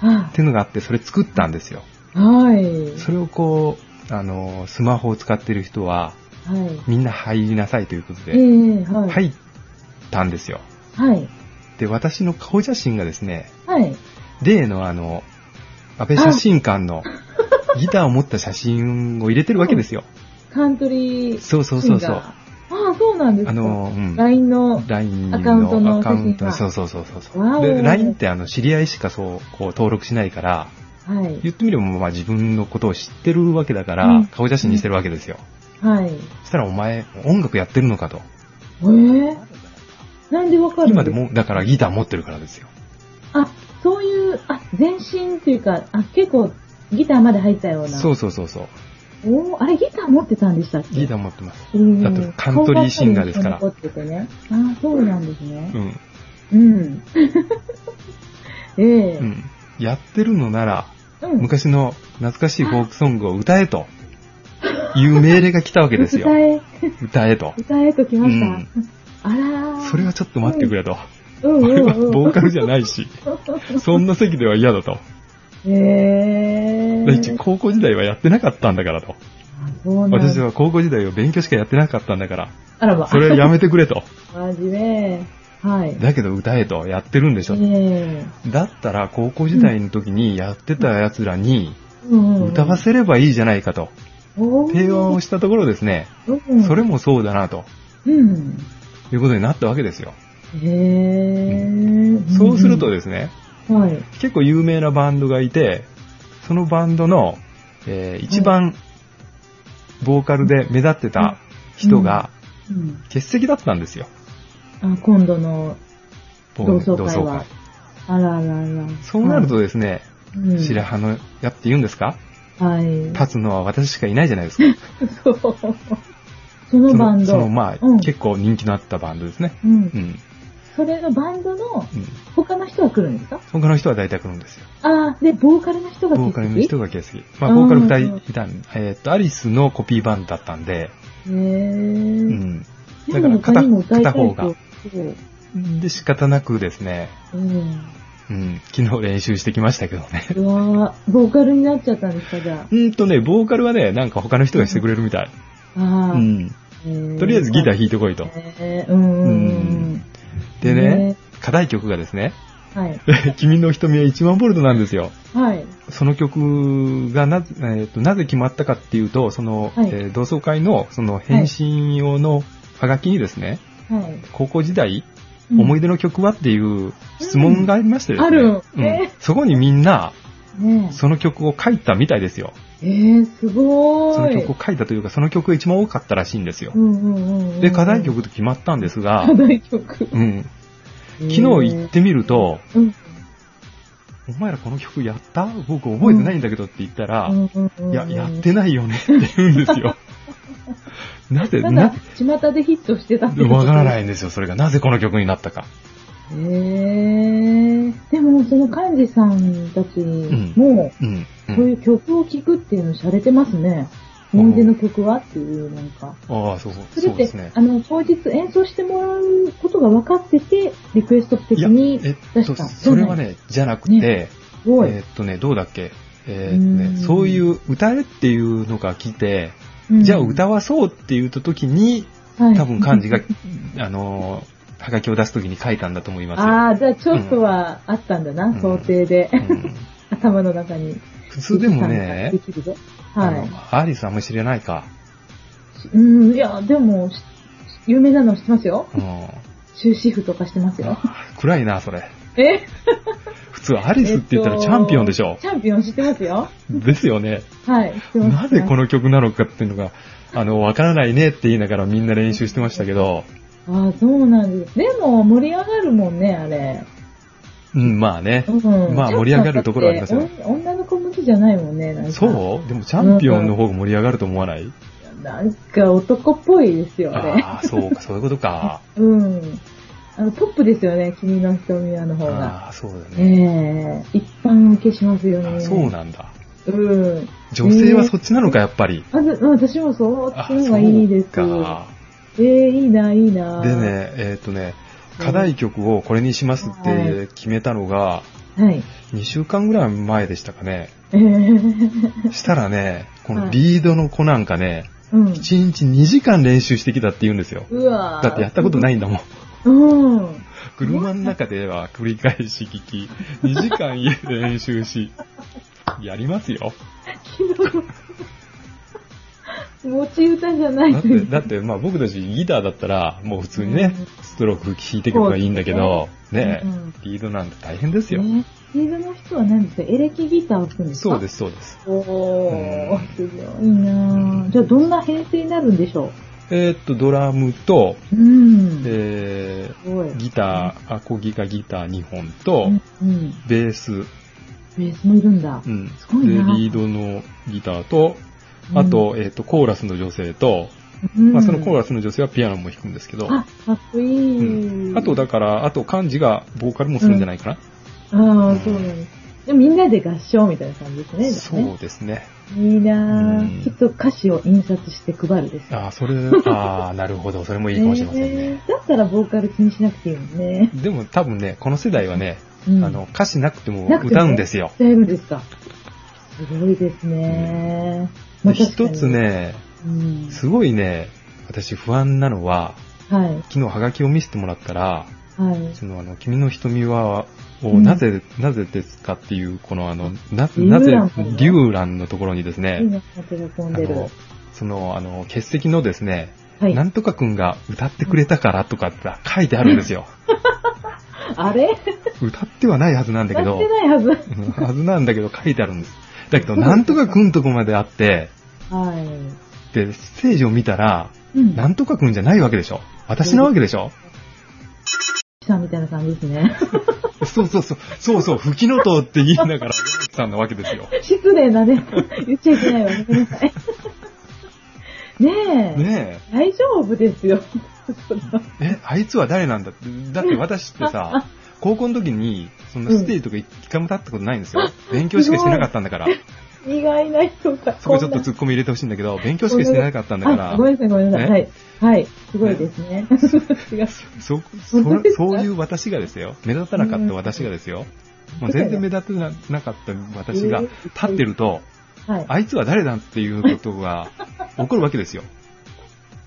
Speaker 2: はあ、
Speaker 1: っていうのがあって、それ作ったんですよ。
Speaker 2: はい。
Speaker 1: それをこう、あの、スマホを使ってる人は、
Speaker 2: はい、
Speaker 1: みんな入りなさいということで、え
Speaker 2: ーはい、
Speaker 1: 入ったんですよ。
Speaker 2: はい。
Speaker 1: で、私の顔写真がですね、
Speaker 2: はい。
Speaker 1: 例のあの、安倍写真館のギターを持った写真を入れてるわけですよ。
Speaker 2: カントリー。
Speaker 1: そうそうそうそう。
Speaker 2: ああ、そうなんですか。あの、うん、LINE の。
Speaker 1: LINE
Speaker 2: のアカウントの。
Speaker 1: アカウントそうそうそうそう。で、LINE ってあの、知り合いしかそう、こう、登録しないから、
Speaker 2: はい。
Speaker 1: 言ってみれば、まあ自分のことを知ってるわけだから、うん、顔写真にしてるわけですよ。
Speaker 2: はい。
Speaker 1: そしたら、お前、音楽やってるのかと。
Speaker 2: えぇ、なんでわかる
Speaker 1: 今でも、だからギター持ってるからですよ。
Speaker 2: あ、そういう、あ、全身というか、あ、結構、ギターまで入ったような。
Speaker 1: そうそうそうそう。
Speaker 2: おお、あれギター持ってたんでしたっけ
Speaker 1: ギター持ってます。だってカントリーシンガーですから。
Speaker 2: 持っててね。ああ、そうなんですね。。
Speaker 1: うん
Speaker 2: うん。 ええ
Speaker 1: うん。やってるのなら、昔の懐かしいフォークソングを歌えと、いう命令が来たわけですよ。
Speaker 2: 歌え。
Speaker 1: 歌えと。
Speaker 2: 歌えと来ました。あら
Speaker 1: それはちょっと待ってくれと。
Speaker 2: うん
Speaker 1: 俺はボ ーカルじゃないし、そんな席では嫌だと。
Speaker 2: へ
Speaker 1: 一応高校時代はやってなかったんだからと。私は高校時代は勉強しかやってなかったんだから。
Speaker 2: あらば。
Speaker 1: それ はやめてくれと。
Speaker 2: マジで。はい。
Speaker 1: だけど歌えと、やってるんでしょ。だったら高校時代の時にやってた奴らに、歌わせればいいじゃないかと。提案をしたところですね、それもそうだなと。
Speaker 2: うん。
Speaker 1: いうことになったわけですよ。
Speaker 2: へ
Speaker 1: そうするとですね、
Speaker 2: はい、
Speaker 1: 結構有名なバンドがいて、そのバンドの、えー、一番ボーカルで目立ってた人が欠席だったんですよ。
Speaker 2: あ今度の同窓会
Speaker 1: は。会
Speaker 2: あらあらあら。
Speaker 1: そうなるとですね、はい、白羽の矢って言うんですか、
Speaker 2: はい、
Speaker 1: 立つのは私しかいないじゃないです
Speaker 2: か。そう。 そのバンド。
Speaker 1: その、そのまあ、うん、結構人気のあったバンドですね。
Speaker 2: うん、うんそれのバンドの他の人は来るんですか、
Speaker 1: うん、他の人は大体来るんですよ。
Speaker 2: ああ、で、ボーカルの人が
Speaker 1: ボーカルの人が欠席。まあ、ボーカル2人いたん、えー、っと、アリスのコピーバンドだったんで。。
Speaker 2: へー。うん
Speaker 1: だから片、片方が。で、仕方なくですね。
Speaker 2: うん。
Speaker 1: うん、昨日練習してきましたけどね。
Speaker 2: うわー、ボーカルになっちゃったんですか、じゃあ。
Speaker 1: うんとね、ボーカルはね、なんか他の人がしてくれるみたい。
Speaker 2: ああ。
Speaker 1: うん。とりあえずギター弾いてこいと。
Speaker 2: へー、うん。うん
Speaker 1: でね、課題曲がですね、
Speaker 2: はい、
Speaker 1: 君の瞳は1万ボルトなんですよ。
Speaker 2: はい、
Speaker 1: その曲がな,、えーと、となぜ決まったかっていうと、その、はい、えー、同窓会のその返信用のハガキにですね、
Speaker 2: はい、
Speaker 1: 高校時代、うん、思い出の曲はっていう質問がありましてですね、
Speaker 2: うんえー、うん、
Speaker 1: そこにみんな、
Speaker 2: ね、
Speaker 1: その曲を書いたみたいですよ。
Speaker 2: えー、すご
Speaker 1: い。その曲を書いたというか、その曲が一番多かったらしいんですよ。
Speaker 2: で、
Speaker 1: 課題曲と決まったんですが、
Speaker 2: 課題 曲。
Speaker 1: うん。昨日行ってみると、
Speaker 2: えーうん、
Speaker 1: お前らこの曲やった僕覚えてないんだけどって言ったら、いや、やってないよねって言うんです よ。なぜ、な、
Speaker 2: 巷でヒットしてたん
Speaker 1: ですわからないんですよ、それが。なぜこの曲になったか。
Speaker 2: へえでも、その幹事さんたちも、うん、うん、そういう曲を聴くっていうのしゃれてますね。思い出の曲はっていう、なんか。
Speaker 1: ああ、そうそう。
Speaker 2: それって、ね、あの、当日演奏してもらうことが分かってて、リクエスト的に出した。
Speaker 1: それはね、じゃなくて、ね、
Speaker 2: えー、
Speaker 1: っとね、どうだっけ。えー、っとね、そういう歌えっていうのが来て、じゃあ歌わそうって言った時に、多分漢字が、はい、あのー、はがきを出すときに書いたんだと思います
Speaker 2: ああ、じゃあちょっとはあったんだな、うん、想定で。うん、頭の中に。
Speaker 1: 普通でもね、
Speaker 2: はい。
Speaker 1: アリスあんまり知らないか。
Speaker 2: うん、いや、でも、有名なの知ってますよ。
Speaker 1: うん。
Speaker 2: 終止符とかしてますよ。
Speaker 1: 暗いな、それ。
Speaker 2: え
Speaker 1: 普そう、アリスって言ったらチャンピオンでしょ。
Speaker 2: チャンピオン知ってますよ。
Speaker 1: ですよね。
Speaker 2: はい。
Speaker 1: なぜこ
Speaker 2: の
Speaker 1: の曲なのかっていうのが、あの、わからないねって言いながらみんな練習してましたけど、
Speaker 2: ああ、そうなんです。でも、盛り上がるもんね、あれ。
Speaker 1: うん、まあね
Speaker 2: う。ん。
Speaker 1: まあ盛り上がるところはありますよ
Speaker 2: だっておん女の子向きじゃないもんね、なんか。
Speaker 1: そうでもチャンピオンの方が盛り上がると思わない、
Speaker 2: なんか男っぽいですよ、あれ。
Speaker 1: ああ、そうか、そういうことか。
Speaker 2: うん。あの、ポップですよね、君の瞳はの方が。
Speaker 1: ああ、そうだ
Speaker 2: え
Speaker 1: ね。
Speaker 2: え一般受けしますよ
Speaker 1: あ
Speaker 2: ね。
Speaker 1: あそうなんだ。
Speaker 2: うん。
Speaker 1: 女性はそっちなのか、やっぱり。
Speaker 2: まず、うん私もそう、
Speaker 1: あ
Speaker 2: そういうのがいいです。
Speaker 1: そうか
Speaker 2: ええいいな、いいな。
Speaker 1: で。ね、えーっ、とね、課題曲をこれにしますって決めたのが、
Speaker 2: はい。
Speaker 1: 2週間ぐらい前でしたかね。
Speaker 2: えー、
Speaker 1: したらね、こ
Speaker 2: は
Speaker 1: の
Speaker 2: い
Speaker 1: リードの子なんかね、
Speaker 2: うん。
Speaker 1: 1日2時間練習してきたって言うんですよ。
Speaker 2: うわ
Speaker 1: だってやったこと
Speaker 2: い。
Speaker 1: ないんだもん。
Speaker 2: うん。
Speaker 1: 車の中では繰り返し聞き、2時間家で練習し、やりますよ。
Speaker 2: 昨日の、持ち歌じゃない
Speaker 1: だって、 だって、まあ僕たちギターだったら、もう普通にね
Speaker 2: うん、
Speaker 1: ストローク弾いていけばいいんだけど、ね
Speaker 2: うん、
Speaker 1: リードなんて大変ですよ。
Speaker 2: ね。フィールドの人は何ですかエレキギターを弾くんですか。
Speaker 1: そうですす、そうです。
Speaker 2: お
Speaker 1: う
Speaker 2: ー
Speaker 1: ん、
Speaker 2: すごいなぁじゃあどんな編成になるんでしょ
Speaker 1: えーっと、ドラムと、
Speaker 2: ううん。
Speaker 1: え
Speaker 2: すごい。
Speaker 1: ー、ギター、アコギがギター2本と
Speaker 2: う、ん。うん。
Speaker 1: ベース、
Speaker 2: ベースもいるんだ
Speaker 1: う。ん。です
Speaker 2: ごいな
Speaker 1: リードのギターと、あと、えーっと、コーラスの女性と、
Speaker 2: うん、
Speaker 1: まあそのコーラスの女性はピアノも弾くんですけど、
Speaker 2: あ、かっこいい。
Speaker 1: うんあと、だから、あと、漢字がボーカルもするんじゃないかな。
Speaker 2: ああ、そうなんです。でみんなで合唱みたいな感じですね。じゃあ
Speaker 1: そ
Speaker 2: ね
Speaker 1: うですね。
Speaker 2: いいな
Speaker 1: う
Speaker 2: ぁ、
Speaker 1: ん
Speaker 2: きっと歌詞を印刷して配るですね。
Speaker 1: ああ、それ、ああ、なるほど。それもいいかもしれませんね。
Speaker 2: えーだったらボーカル気にしなくていいもんね。
Speaker 1: でも多分ね、この世代はね、
Speaker 2: うん
Speaker 1: あの、、歌詞なくても
Speaker 2: なくても
Speaker 1: 歌うんですよ。
Speaker 2: 歌えるんですか。すごいですね。まあ
Speaker 1: で一つ、ね、
Speaker 2: 確かにうん、
Speaker 1: すごいね、私不安なのは、
Speaker 2: はい、
Speaker 1: 昨日ハガキを見せてもらったら、
Speaker 2: はい。
Speaker 1: そのあの、君の瞳は、
Speaker 2: う
Speaker 1: を
Speaker 2: ん
Speaker 1: なぜ、なぜですかっていう、このあの、な、
Speaker 2: 竜
Speaker 1: なぜ
Speaker 2: 蘭さんの、
Speaker 1: 竜蘭のところにです
Speaker 2: いい
Speaker 1: ね、
Speaker 2: な、手が込
Speaker 1: あ
Speaker 2: んでる。は。
Speaker 1: の、その、あの、欠席のですね、ないんとかくんが歌ってくれたからとかって書いてあるんですよ。
Speaker 2: あれ
Speaker 1: 歌ってはないはずなんだけ
Speaker 2: 歌
Speaker 1: ど
Speaker 2: って、ない はず。
Speaker 1: うんはずなんだけど書いてあるんです。だけど、なんとかくんとこまであって、
Speaker 2: は
Speaker 1: で、ステージを見たら、
Speaker 2: い。うん。
Speaker 1: なんとかくんじゃないわけでしょ。私なわけでしょ。
Speaker 2: さんみたいな感じですね。
Speaker 1: そうそうそう、そうそう、吹きのとうって言いながら、山口さんなわけですよ。
Speaker 2: 失礼 なね。言っちゃいけないわ。ごめんなさい。 ねえ。
Speaker 1: ね
Speaker 2: 大丈夫で すよ。
Speaker 1: え、え、あいつは誰なんだって。だって私ってさ、高校の時に、そんなステージとか一回も立ったことないんですよ。勉強しかしてなかったんだから。
Speaker 2: 意外な人が。
Speaker 1: そこちょっと
Speaker 2: んな
Speaker 1: 突っ込み入れてほしいんだけど、勉強しかしてなかったんだか
Speaker 2: あ
Speaker 1: ら
Speaker 2: ご、めんなさい、ごめんなさ
Speaker 1: ね
Speaker 2: い。はい。はい。すごいですね。 違う。
Speaker 1: そ、そ
Speaker 2: 本当です、か
Speaker 1: そういう私がですよ。目立たなかった私がですよ。もう全然目立たなかった私が
Speaker 2: えー
Speaker 1: 立ってると、
Speaker 2: はい。
Speaker 1: あいつは誰だっていうことが起こるわけですよ。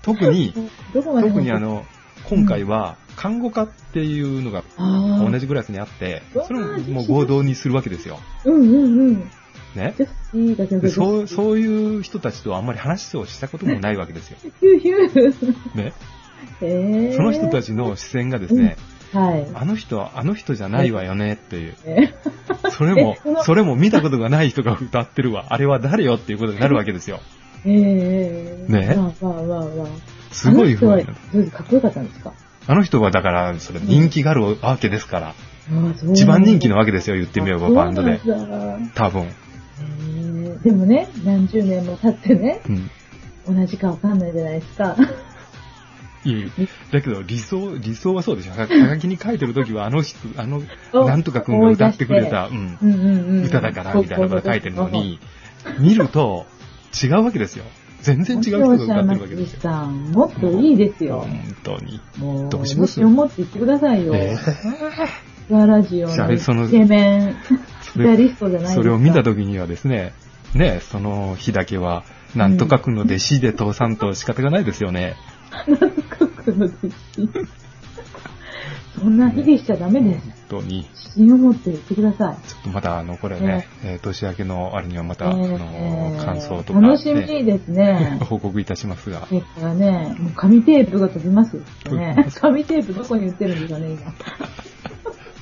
Speaker 1: 特に、
Speaker 2: どこまで
Speaker 1: 特にあ、の、今回は看護科っていうのが
Speaker 2: あー
Speaker 1: 同じクラスにあって
Speaker 2: うわ、ー
Speaker 1: それももう合同にするわけですよ。
Speaker 2: うんうんうん。
Speaker 1: ね。
Speaker 2: 女子が全
Speaker 1: で
Speaker 2: 然。
Speaker 1: そう、そういう人たちとあんまり話をしたこともないわけですよ。
Speaker 2: ヒューヒュー。
Speaker 1: ね。
Speaker 2: え
Speaker 1: その人た
Speaker 2: ち。
Speaker 1: ちの視線がですね、
Speaker 2: はい。
Speaker 1: あの人はあの人じゃないわよねっていう。
Speaker 2: え
Speaker 1: それも
Speaker 2: えその、
Speaker 1: それも見たことがない人が歌ってるわ。あれは誰よっていうことになるわけですよ。
Speaker 2: ーえー。
Speaker 1: ね
Speaker 2: わあわあわあわあ。
Speaker 1: すごい不安
Speaker 2: あの人はどうですかっこよかったんですか
Speaker 1: あの人はだから、それ人気があるわけですから。
Speaker 2: ああそう
Speaker 1: 一番人気なわけですよ、言ってみればバンドで
Speaker 2: あ。そうなんだ
Speaker 1: 多分。
Speaker 2: へーでもね、何十年も経ってね、
Speaker 1: うん。
Speaker 2: 同じかわかんないじゃないですか。
Speaker 1: いいだけど、理想、理想はそうでしょ。はがきに書いてる時は、あの人、あの、なんとか君が歌ってくれた、うん、
Speaker 2: うんうんうん。
Speaker 1: 歌だから、みたいなこと書いてるのに、見ると、違うわけですよ。全然違う人が歌ってるわけですよ。
Speaker 2: さん、もっといいですよ。
Speaker 1: 本当に。
Speaker 2: もう、
Speaker 1: どうします
Speaker 2: よもって言ってくださいよ。
Speaker 1: え
Speaker 2: スワラジオ
Speaker 1: じゃ
Speaker 2: の
Speaker 1: あその
Speaker 2: イケメン、
Speaker 1: そ
Speaker 2: ギ
Speaker 1: れ
Speaker 2: タリストじゃないですか。
Speaker 1: それを見た時にはですね、ね、その日だけは、なんとかくんの弟子で倒産と仕方がないですよね。
Speaker 2: 韓国の弟子 そんな卑下しちゃダメです。
Speaker 1: 本当に。
Speaker 2: 自信を持って言ってください。
Speaker 1: ちょっとまた、あの、これね、えー年明けのあれにはまた、あ
Speaker 2: え
Speaker 1: の、
Speaker 2: ー
Speaker 1: 感想とか、ね、
Speaker 2: 楽しみで すね。
Speaker 1: 報告いたしますが、
Speaker 2: 結果ね、もう紙テープが飛びますよね
Speaker 1: うん。
Speaker 2: 紙テープどこに売ってるんですかね、今。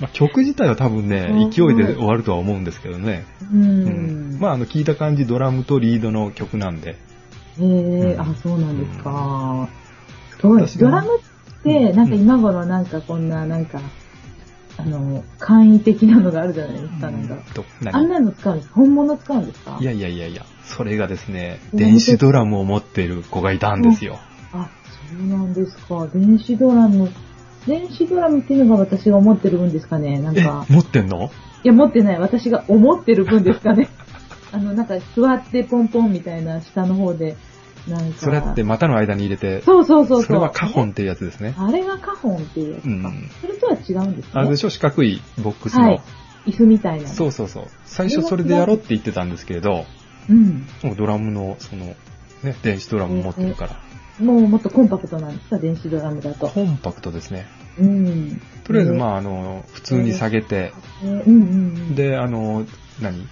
Speaker 1: まあ、曲自体は多分ね、勢いで終わるとは思うんですけどね。
Speaker 2: うん
Speaker 1: う。んまあ、あの、聞いた感じ、ドラムとリードの曲なんで。
Speaker 2: ええ
Speaker 1: うん
Speaker 2: あ、そうなんですか。すごい。
Speaker 1: 私が
Speaker 2: ドラムって、なんか今頃なんかこんな、なんか、あの、簡易的なのがあるじゃないですか、なんか。
Speaker 1: と
Speaker 2: あん
Speaker 1: 何
Speaker 2: なの使うんですか本物使うんですか
Speaker 1: いやいやいやいや、それがですね、
Speaker 2: うん
Speaker 1: 電子ドラムを持っている子がいたんですよ。
Speaker 2: あ、そうなんですか。電子ドラム。電子ドラムっていうのが私が思ってる分ですかね。なん
Speaker 1: え、
Speaker 2: か、
Speaker 1: 持ってんの
Speaker 2: いや、持ってない。私が思ってる分です かね。あの、なんか座ってポンポンみたいな下の方で、なんか。
Speaker 1: それって股の間に入れて、
Speaker 2: そうそうそうそう。
Speaker 1: それはカホンっていうやつですね。
Speaker 2: あれがカホンっていうやつか。
Speaker 1: うん
Speaker 2: それとは違うんです
Speaker 1: あれで
Speaker 2: ね。
Speaker 1: しょ四角いボックスの。
Speaker 2: はい。椅子みたいな。。
Speaker 1: そううそうそう。最初それでやろうって言ってたんですけれど、
Speaker 2: うん。
Speaker 1: もうドラムの、その、ね、電子ドラム持ってるから、
Speaker 2: もうもっとコンパクトなんですか、電子ドラムだと。
Speaker 1: コンパクトですね。
Speaker 2: うん。
Speaker 1: とりあえず、
Speaker 2: ね
Speaker 1: まあ、あの、普通に下げて、
Speaker 2: えーうんうんうん。
Speaker 1: で、あの、何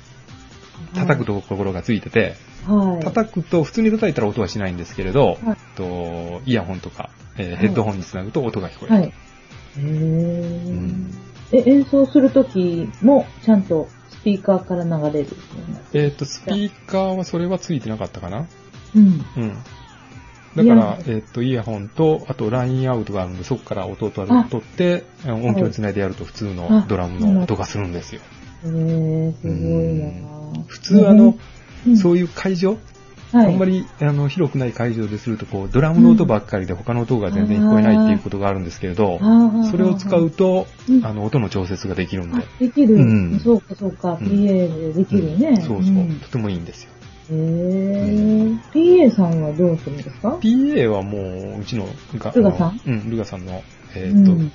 Speaker 1: 叩くところがついてて、
Speaker 2: はい、はい。
Speaker 1: 叩くと、普通に叩いたら音はしないんですけれど
Speaker 2: はい、
Speaker 1: とイヤホンとか、えー
Speaker 2: い
Speaker 1: ヘッドホンにつなぐと音が聞こえる。
Speaker 2: はい。へー
Speaker 1: うん
Speaker 2: え、演奏するときも、ちゃんとスピーカーから流れるような。
Speaker 1: えっと、スピーカーはそれはついてなかったかな
Speaker 2: うん。
Speaker 1: うん。だから、
Speaker 2: イ
Speaker 1: えっと、イヤホンと、あと、ラインアウトがあるんで、そこから音を取
Speaker 2: あ
Speaker 1: る取って、音響につないでやると普通
Speaker 2: あ
Speaker 1: のドラムの音がするんですよ。
Speaker 2: へー、すごいなぁ
Speaker 1: 普通、あの、
Speaker 2: うん
Speaker 1: そういう会場、
Speaker 2: はい、
Speaker 1: あんま
Speaker 2: り
Speaker 1: りあの広くない会場ですると、こう、ドラムの音ばっかりで他の音が全然聞こえないっていうことがあるんですけれど、それを使うと
Speaker 2: う、ん
Speaker 1: あの、音の調節ができるんで
Speaker 2: あ、できる、
Speaker 1: うん
Speaker 2: そうか、そうか。
Speaker 1: うん
Speaker 2: PA でできるね。
Speaker 1: うんそうそう、
Speaker 2: ん
Speaker 1: とてもいいんですよ。
Speaker 2: へー。PA さんはどうするんですか
Speaker 1: PA はもう、うちの、が
Speaker 2: ルガさん
Speaker 1: あのうん、ルガさんの、えーっと、
Speaker 2: うん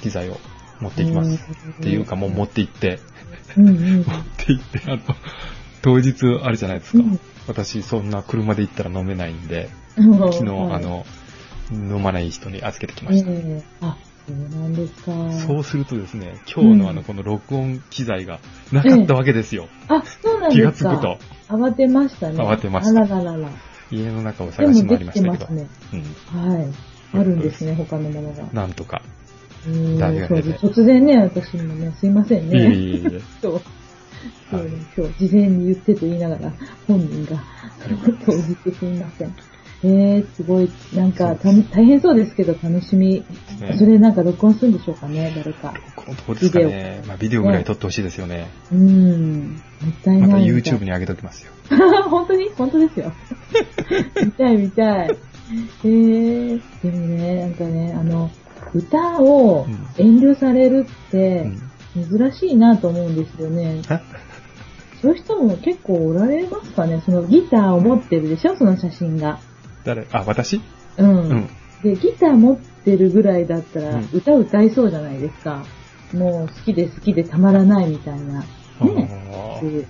Speaker 1: 機材を持っていきます。っていうか、もう持って行って、
Speaker 2: う んうん。
Speaker 1: 持って行って、あの、当日あるじゃないですか。
Speaker 2: うん
Speaker 1: 私、そんな車で行ったら飲めないんで、
Speaker 2: 昨
Speaker 1: 昨日、あ、の、飲まない人に預けてきま
Speaker 2: え
Speaker 1: した。
Speaker 2: えあ、そうなんですか。
Speaker 1: そうするとですね、今日のあ
Speaker 2: う
Speaker 1: の、
Speaker 2: ん
Speaker 1: この録音機材がなかったわけですよ。
Speaker 2: あ、そうなん
Speaker 1: 気が
Speaker 2: です
Speaker 1: つ
Speaker 2: か。
Speaker 1: くと、
Speaker 2: 慌てましたね。
Speaker 1: 慌てました
Speaker 2: あらららら。
Speaker 1: 家の中を
Speaker 2: で
Speaker 1: 探し
Speaker 2: も
Speaker 1: 回
Speaker 2: で
Speaker 1: り
Speaker 2: き
Speaker 1: まし
Speaker 2: て
Speaker 1: たけ
Speaker 2: ま
Speaker 1: ど
Speaker 2: す、ね。
Speaker 1: うん、
Speaker 2: はい。あるんですね、他のものが。
Speaker 1: なんとか。
Speaker 2: うーん
Speaker 1: 大学
Speaker 2: そう
Speaker 1: で
Speaker 2: です突然ね、私もね、すいません
Speaker 1: いえ
Speaker 2: ね。
Speaker 1: いえいえ。
Speaker 2: そう。そう
Speaker 1: はい
Speaker 2: 今日、事前に言ってと言いながら、本人が、当日すみません。えー、すごい、なんか、た大変そうですけど、楽しみ。
Speaker 1: ね
Speaker 2: それなんか録音するんでしょうかね、誰か。
Speaker 1: このとこですかね。まあ、ビデオぐらい撮ってほしいですよね。
Speaker 2: うーん。もったいない。
Speaker 1: また YouTube に上げておきますよ。
Speaker 2: 本当に本当ですよ。 見たい見たい。えー、でもね、なんかね、あの、歌を遠慮されるって
Speaker 1: うん
Speaker 2: 珍しいなと思うんですよね。
Speaker 1: あ
Speaker 2: そういう人も結構おられますかねそのギターを持ってるでしょその写真が。
Speaker 1: 誰あ、私
Speaker 2: うん。
Speaker 1: うん。
Speaker 2: で、ギター持ってるぐらいだったら
Speaker 1: うん
Speaker 2: 歌歌いそうじゃないですか。もう好きで好きでたまらないみたいな。ね。
Speaker 1: あ
Speaker 2: す
Speaker 1: ー
Speaker 2: る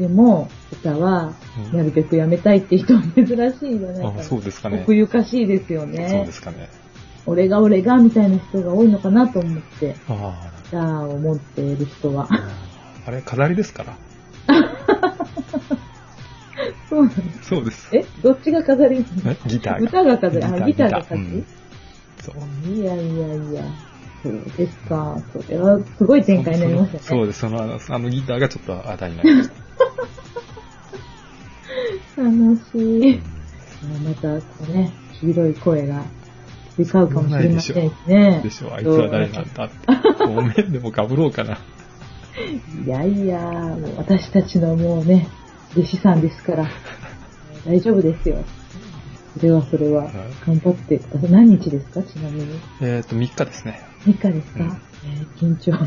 Speaker 2: でも、歌は、
Speaker 1: うん
Speaker 2: なるべくやめたいって人は珍しいじゃないか
Speaker 1: あ
Speaker 2: な。
Speaker 1: そうですかね。
Speaker 2: 奥ゆかしいですよ
Speaker 1: そう
Speaker 2: ね
Speaker 1: で。すかね。
Speaker 2: 俺が俺がみたいな人が多いのかなと思って、
Speaker 1: あ
Speaker 2: ギターを持っている人は。
Speaker 1: あ、あれ、飾りですから。
Speaker 2: そうなんです。
Speaker 1: そうです。
Speaker 2: えどっちが飾り
Speaker 1: えギターが。
Speaker 2: 歌が飾り。あ、ギターが飾
Speaker 1: うん
Speaker 2: り、
Speaker 1: そう。
Speaker 2: いやいやいや。そうですか。それはすごい展開になりましたね。
Speaker 1: そうです。その、あのあのギターがちょっと当たりになりました。
Speaker 2: 楽しい。また、こうね、黄色い声が飛び交うかもしれませんしね。
Speaker 1: でしょ、あいつは誰なんだって。ごめん、でもかぶろうかな。
Speaker 2: いやいや、もう私たちのもうね、弟子さんですから、大丈夫ですよ。それはそれは、頑張ってください。何日ですかちなみに。
Speaker 1: えっと、3日ですね。
Speaker 2: 3日ですか、
Speaker 1: うん
Speaker 2: えー緊張の。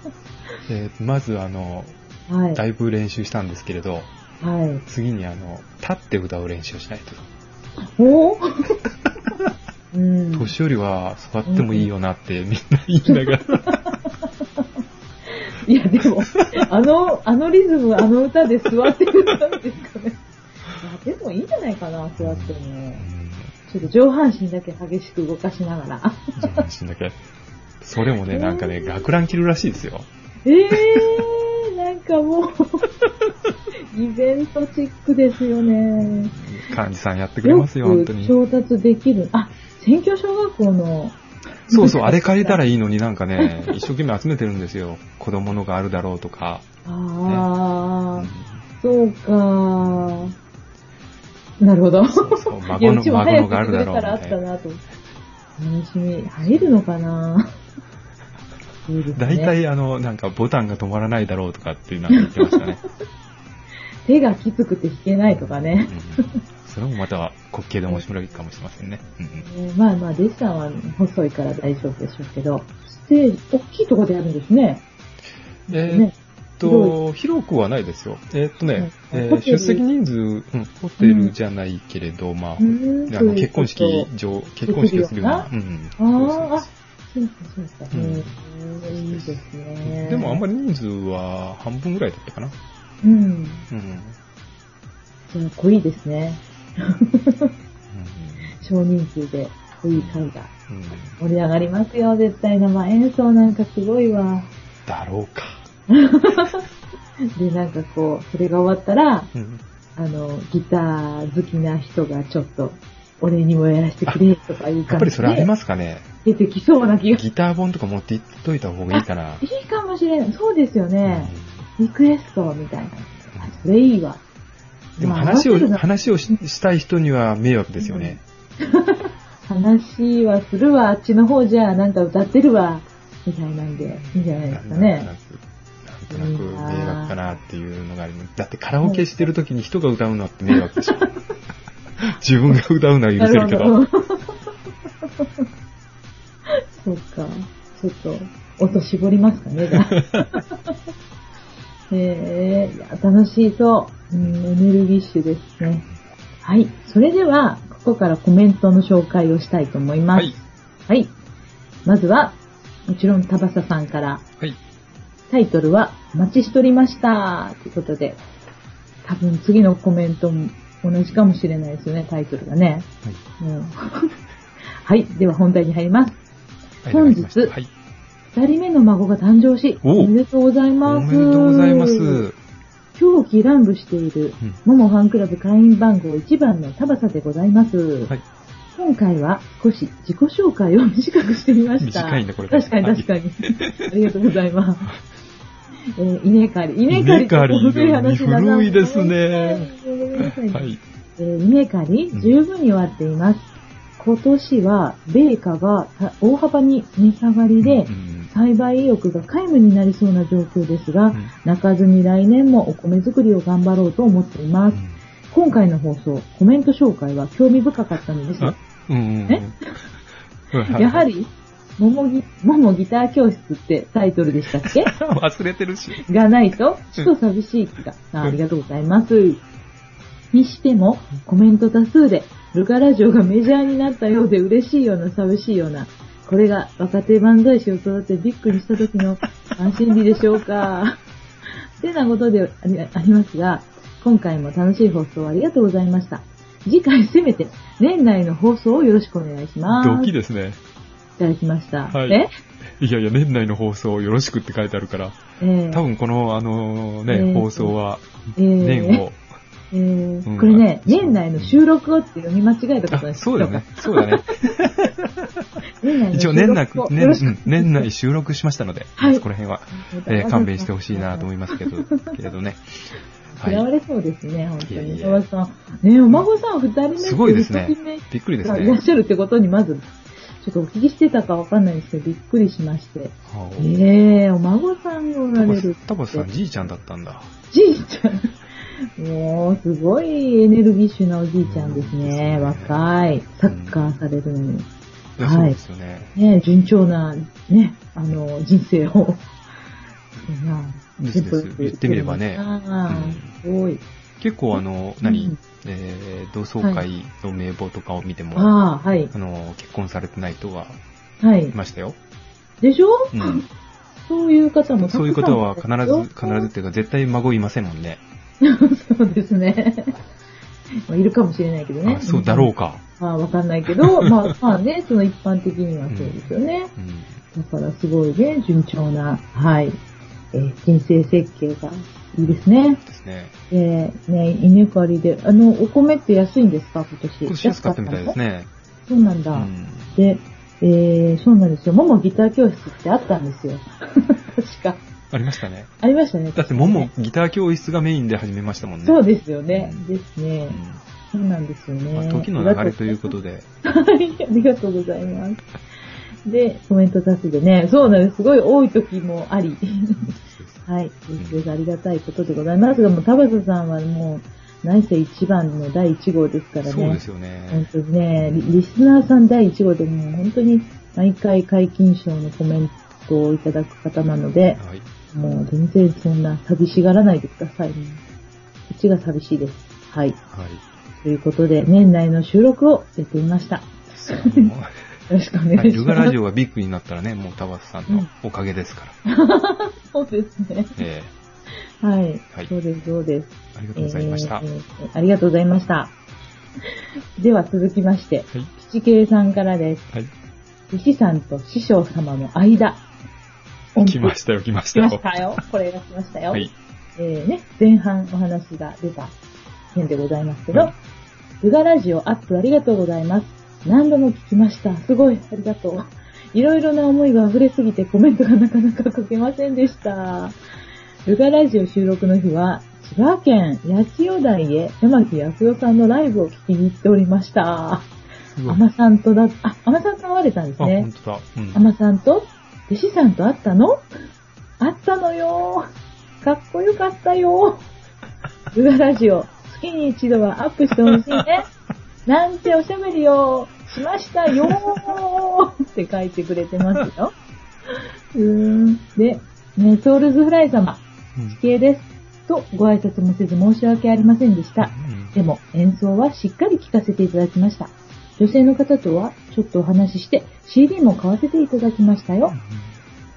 Speaker 1: えーとまず、あの、
Speaker 2: はい。
Speaker 1: だいぶ練習したんですけれど、
Speaker 2: はい。
Speaker 1: 次に、あの、立って歌う練習をしないと。
Speaker 2: おお うん。
Speaker 1: 年寄りは座ってもいいよなってみんな言いながら。
Speaker 2: いや、でも、あの、あのリズム、あの歌で座って歌うんですかね。いや、でもいいんじゃないかな、座っても。ちょっと上半身だけ激しく動かしながら。
Speaker 1: 上半身だけ。それもね、なんかね、学ラン着るらしいですよ。
Speaker 2: えー、なんか もう、イベントチックですよね。
Speaker 1: 幹事さんやってくれますよ、
Speaker 2: よ
Speaker 1: 本
Speaker 2: く
Speaker 1: 当に。
Speaker 2: 調達できる。あ、選挙小学校の
Speaker 1: そうそう、あれ借りたらいいのになんかね、一生懸命集めてるんですよ。子供のがあるだろうとか。
Speaker 2: ああ、そうか。なるほど。
Speaker 1: そうそう、孫の、孫のがあるだろうみ
Speaker 2: からあったた
Speaker 1: いな。
Speaker 2: なと。楽しみ。入るのかなそうですね
Speaker 1: 大体あの、なんかボタンが止まらないだろうとかっていうなんか言ってましたね。
Speaker 2: 手がきつくて弾けないとかね。
Speaker 1: うんそれもまた滑稽で面白いかもしれませんね。うんうん
Speaker 2: えーまあまあ、弟子さんは細いから大丈夫でしょうけど。で、大きいとこでやるんですね。
Speaker 1: えー
Speaker 2: ね
Speaker 1: っと、広くはないですよ。えーっとね、
Speaker 2: うん
Speaker 1: えー
Speaker 2: ホテ
Speaker 1: 出
Speaker 2: ル
Speaker 1: 席人数、うんホテルじゃないけれど、まあ、
Speaker 2: うん
Speaker 1: あの結婚式上、結婚式をするような。
Speaker 2: で
Speaker 1: うん
Speaker 2: あ
Speaker 1: うんそう
Speaker 2: ー
Speaker 1: で
Speaker 2: あ
Speaker 1: す、
Speaker 2: そうですそうです
Speaker 1: うん
Speaker 2: へーいいですね。
Speaker 1: でもあんま
Speaker 2: り。
Speaker 1: り人数は半分ぐらいだったかな。
Speaker 2: うん。
Speaker 1: うんうん
Speaker 2: じゃあ、濃いですね。 少人数で、濃い会が。
Speaker 1: うん
Speaker 2: 盛り上がりますよ、絶対生演奏なんかすごいわ。
Speaker 1: だろうか。
Speaker 2: で、なんかこう、それが終わったら、
Speaker 1: うん
Speaker 2: あの、ギター好きな人がちょっと、俺にもやらせてくれとかいう
Speaker 1: やっ
Speaker 2: 感
Speaker 1: ぱり
Speaker 2: じ
Speaker 1: それあり
Speaker 2: で
Speaker 1: ますかね。
Speaker 2: 出てきそうな気が。い
Speaker 1: ギター本とか持っていっといた方がいいかな。
Speaker 2: いかもしれん。そうですよね。リクエストみたいな。
Speaker 1: うん
Speaker 2: あそれいいわ。
Speaker 1: でも
Speaker 2: まあ
Speaker 1: 話を、
Speaker 2: 合わせるな
Speaker 1: 話をししたい人には迷惑ですよね。
Speaker 2: 話はするわ、あっちの方じゃあなんか歌ってるわ、みたいなんで、いいんじゃないで
Speaker 1: な
Speaker 2: す
Speaker 1: ん
Speaker 2: か
Speaker 1: となく、な
Speaker 2: ね
Speaker 1: ん。となく迷惑かなっていうのがあります。だってカラオケしてる時に人が歌うのって迷惑で しょ。自分が歌うのは許せるけど。
Speaker 2: ど。 そうか。ちょっと、音絞りますかね、じゃあ。えー、いや楽しいそう、うん。エネルギッシュですね。はい。それでは、ここからコメントの紹介をしたいと思います。
Speaker 1: はい。
Speaker 2: はい。まずは、もちろん、田畑さんから、
Speaker 1: はい。
Speaker 2: タイトルは、お待ちしておりました。ということで、多分次のコメントも同じかもしれないですよね、タイトルがね。うん、 はい。では本題に入ります。
Speaker 1: はい
Speaker 2: 本日
Speaker 1: いただきましたはい。
Speaker 2: 二人目の孫が誕生し、
Speaker 1: おう
Speaker 2: おめでとうござい
Speaker 1: お
Speaker 2: ます。
Speaker 1: めでとうございます。
Speaker 2: 狂気乱舞している、
Speaker 1: う
Speaker 2: モモファンクラブ会員番号1番の田畑でございます。
Speaker 1: はい。
Speaker 2: 今回は少し自己紹介を短くしてみました。
Speaker 1: 短いんだこれ
Speaker 2: 確かに確 かに。ありがとうございます。えー、稲刈り。稲刈り。
Speaker 1: 稲刈り
Speaker 2: な
Speaker 1: 古いですね。
Speaker 2: ごめんなさい
Speaker 1: はい。
Speaker 2: えー稲刈り
Speaker 1: うん
Speaker 2: 十分に割っています。今年は米価がた大幅に値下がりで
Speaker 1: う、ん
Speaker 2: 栽培意欲が皆無になりそうな状況ですが、
Speaker 1: うん
Speaker 2: 泣かずに来年もお米作りを頑張ろうと思っています。今回の放送、コメント紹介は興味深かったのです。
Speaker 1: あうんうんうん。
Speaker 2: やはり、ももぎ、ももギター教室ってタイトルでしたっ け
Speaker 1: 忘れてるし。
Speaker 2: がないと、ちょっと寂しい気が。あありがとうございます。にしても、コメント多数で、ルカラジオがメジャーになったようで嬉しいような寂しいような、これが若手漫才師を育てビックにした時の安心理でしょうか。 てなことでありありますが、今回も楽しい放送ありがとうございました。次回せめて、年内の放送をよろしくお願いします。
Speaker 1: ドキ
Speaker 2: い
Speaker 1: ですね。
Speaker 2: ただきました。
Speaker 1: はい
Speaker 2: え
Speaker 1: いやいや、年内の放送をよろしくって書いてあるから、
Speaker 2: えー
Speaker 1: 多分この、あのね、
Speaker 2: えー
Speaker 1: 放送は、
Speaker 2: えー
Speaker 1: 年を、
Speaker 2: えー
Speaker 1: うん
Speaker 2: これね、
Speaker 1: そう
Speaker 2: 年内の収録をって読み間違えたこと
Speaker 1: あ
Speaker 2: にし
Speaker 1: そうだね。そうだ ね。
Speaker 2: 年内の
Speaker 1: 一
Speaker 2: 収
Speaker 1: 応年
Speaker 2: 録を
Speaker 1: 内、
Speaker 2: よろし
Speaker 1: 年
Speaker 2: く
Speaker 1: うん年内収録しましたので、
Speaker 2: はい
Speaker 1: そこら辺は、え ー勘弁してほしいなと思いますけど、けれどね。は
Speaker 2: 嫌わ
Speaker 1: い。
Speaker 2: れそうですね、本当
Speaker 1: いえい
Speaker 2: に。
Speaker 1: え
Speaker 2: おばさん。ねお孫さん二人目
Speaker 1: すごいですね
Speaker 2: 二人目。
Speaker 1: びっくりです
Speaker 2: がいらっ
Speaker 1: ね。
Speaker 2: しゃるってことにまず、ちょっとお聞きしてたかわかんないですけど、びっくりしまして。
Speaker 1: は
Speaker 2: ええお孫さんがおられる。
Speaker 1: タコスさん、じいちゃんだったんだ。
Speaker 2: じいちゃん。もう、すごいエネルギッシュなおじいちゃんですね。
Speaker 1: うん
Speaker 2: 若い。サッカーされるのに。
Speaker 1: いや
Speaker 2: はい
Speaker 1: そうですよね。
Speaker 2: ね、順調な、ね、あの、人生を。そうな
Speaker 1: ですです言ってみればね
Speaker 2: ああ、すごい。
Speaker 1: 結構あの、
Speaker 2: う
Speaker 1: 何
Speaker 2: ん
Speaker 1: えー同窓会の名簿とかを見ても、
Speaker 2: ああ、はい
Speaker 1: あ。の、結婚されてない人が
Speaker 2: は
Speaker 1: い。
Speaker 2: い
Speaker 1: ましたよ。
Speaker 2: でしょ、
Speaker 1: うん。
Speaker 2: そういう方もたくさん
Speaker 1: そういう方は必ず、必ずっ
Speaker 2: 必
Speaker 1: ていうか絶対孫いませんもんね。
Speaker 2: ず。 そうですね。まあいるかもしれないけどね
Speaker 1: あ。そうだろうか。
Speaker 2: うん。まあ、わかんないけ ど、まあ、まあね、その一般的にはそうですよね。
Speaker 1: うん。
Speaker 2: だからすごいね、順調な、はい。えー人生設計がいいですね。
Speaker 1: ですね。
Speaker 2: えー、ね、稲刈りで、あの、お米って安いんですか今年。
Speaker 1: 今年安かったみたいですね。
Speaker 2: そうなんだ。
Speaker 1: うん。
Speaker 2: で、えー、そうなんですよ。ももギター教室ってあったんですよ。 確か。
Speaker 1: ありましたね。
Speaker 2: ありましたね。
Speaker 1: だって、ももギター教室がメインで始めましたもんね。
Speaker 2: そうですよね。ですね。そうなんですよ
Speaker 1: うん
Speaker 2: ね。
Speaker 1: まあ時の流れということで。
Speaker 2: はい、ありがとうございます。で、コメント出しでね、そうなんです。すごい多い時もあり。 はい、それがありがたいことでございますが、もう田畑さんはもう、何せ一番の第一号ですからね。
Speaker 1: そうです
Speaker 2: よ。
Speaker 1: よ
Speaker 2: 本
Speaker 1: ね。
Speaker 2: 当にね、リリスナーさん第一号でもう本当に毎回解禁賞のコメントをいただく方なので、
Speaker 1: はい。
Speaker 2: もう全然そんな寂しがらないでくださいね。うちが寂しいです。はい。
Speaker 1: はい。
Speaker 2: ということで、年内の収録をやってみました。
Speaker 1: もう
Speaker 2: よろしくお願いしま
Speaker 1: はい
Speaker 2: す。
Speaker 1: ルガラジオがビッグになったらね、もうタバスさん
Speaker 2: う
Speaker 1: の
Speaker 2: ん
Speaker 1: おかげですから。
Speaker 2: そうですね。
Speaker 1: え
Speaker 2: はい。
Speaker 1: はい
Speaker 2: そうです、そうです。
Speaker 1: えありがとうございました。
Speaker 2: えーえーありがとうございました。では続きまして、
Speaker 1: はい。
Speaker 2: 七慶さんからです。
Speaker 1: はい。
Speaker 2: 弟子さんと師匠様の間。
Speaker 1: 来ま
Speaker 2: し
Speaker 1: したよ、来ました
Speaker 2: 来ま
Speaker 1: よ
Speaker 2: し。たよ。これが来ましたよ。
Speaker 1: はい。
Speaker 2: えーね、前半お話が出た件でございますけど、
Speaker 1: はい
Speaker 2: ルガラジオアップありがとうございます。何度も聞きました。すごい、ありがとう。いろいろな思いが溢れすぎてコメントがなかなか書けませんでした。ルガラジオ収録の日は、千葉県八千代台へ山木康代さんのライブを聞きに行っておりました。
Speaker 1: すごい。
Speaker 2: 甘さんとだ、あ、甘さんと会われたんです
Speaker 1: あ、
Speaker 2: ね。
Speaker 1: 本当だ。うん。
Speaker 2: アマさんと弟子さんと会ったの会ったのよかっこよかったよルガラジオ、月に一度はアップしてほしいね。なんておしゃべりをしましたよって書いてくれてますよ。うーん。で、ね、ソウルズフライ様、
Speaker 1: うん
Speaker 2: 地形です。とご挨拶もせず申し訳ありませんでした。
Speaker 1: うん
Speaker 2: でも演奏はしっかり聴かせていただきました。女性の方とはちょっとお話しして CD も買わせていただきましたよ。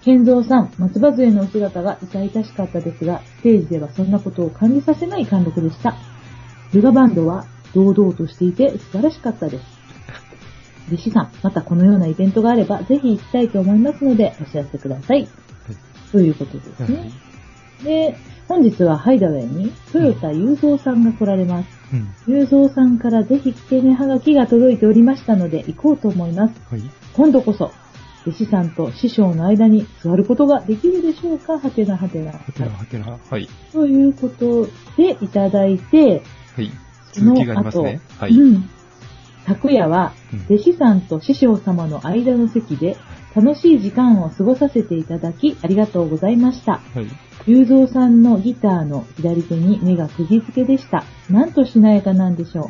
Speaker 2: 健三さん、松葉杖のお姿が痛々しかったですが、ステージではそんなことを感じさせない貫禄でした。ルガバンドは堂々としていて素晴らしかったです。弟子さん、またこのようなイベントがあればぜひ行きたいと思いますのでお知らせください。ということです
Speaker 1: うん
Speaker 2: ね。で、本日はハイダウェイに豊田雄三さんが来られます。
Speaker 1: うん
Speaker 2: 雄三さんからぜひ着てねはがきが届いておりましたので行こうと思います。
Speaker 1: はい。
Speaker 2: 今度こそ、弟子さんと師匠の間に座ることができるでしょうかはてなはてな。
Speaker 1: はてなはてな。はい。
Speaker 2: ということでいただいて、
Speaker 1: はい。
Speaker 2: その
Speaker 1: 続
Speaker 2: 後
Speaker 1: きがありますね。はい。
Speaker 2: うん。昨夜は
Speaker 1: うん、
Speaker 2: 弟子さんと師匠様の間の席で、楽しい時間を過ごさせていただき、ありがとうございました。
Speaker 1: はい。
Speaker 2: 雄三さんのギターの左手に目が釘付けでした。なんとしなやかなんでしょう。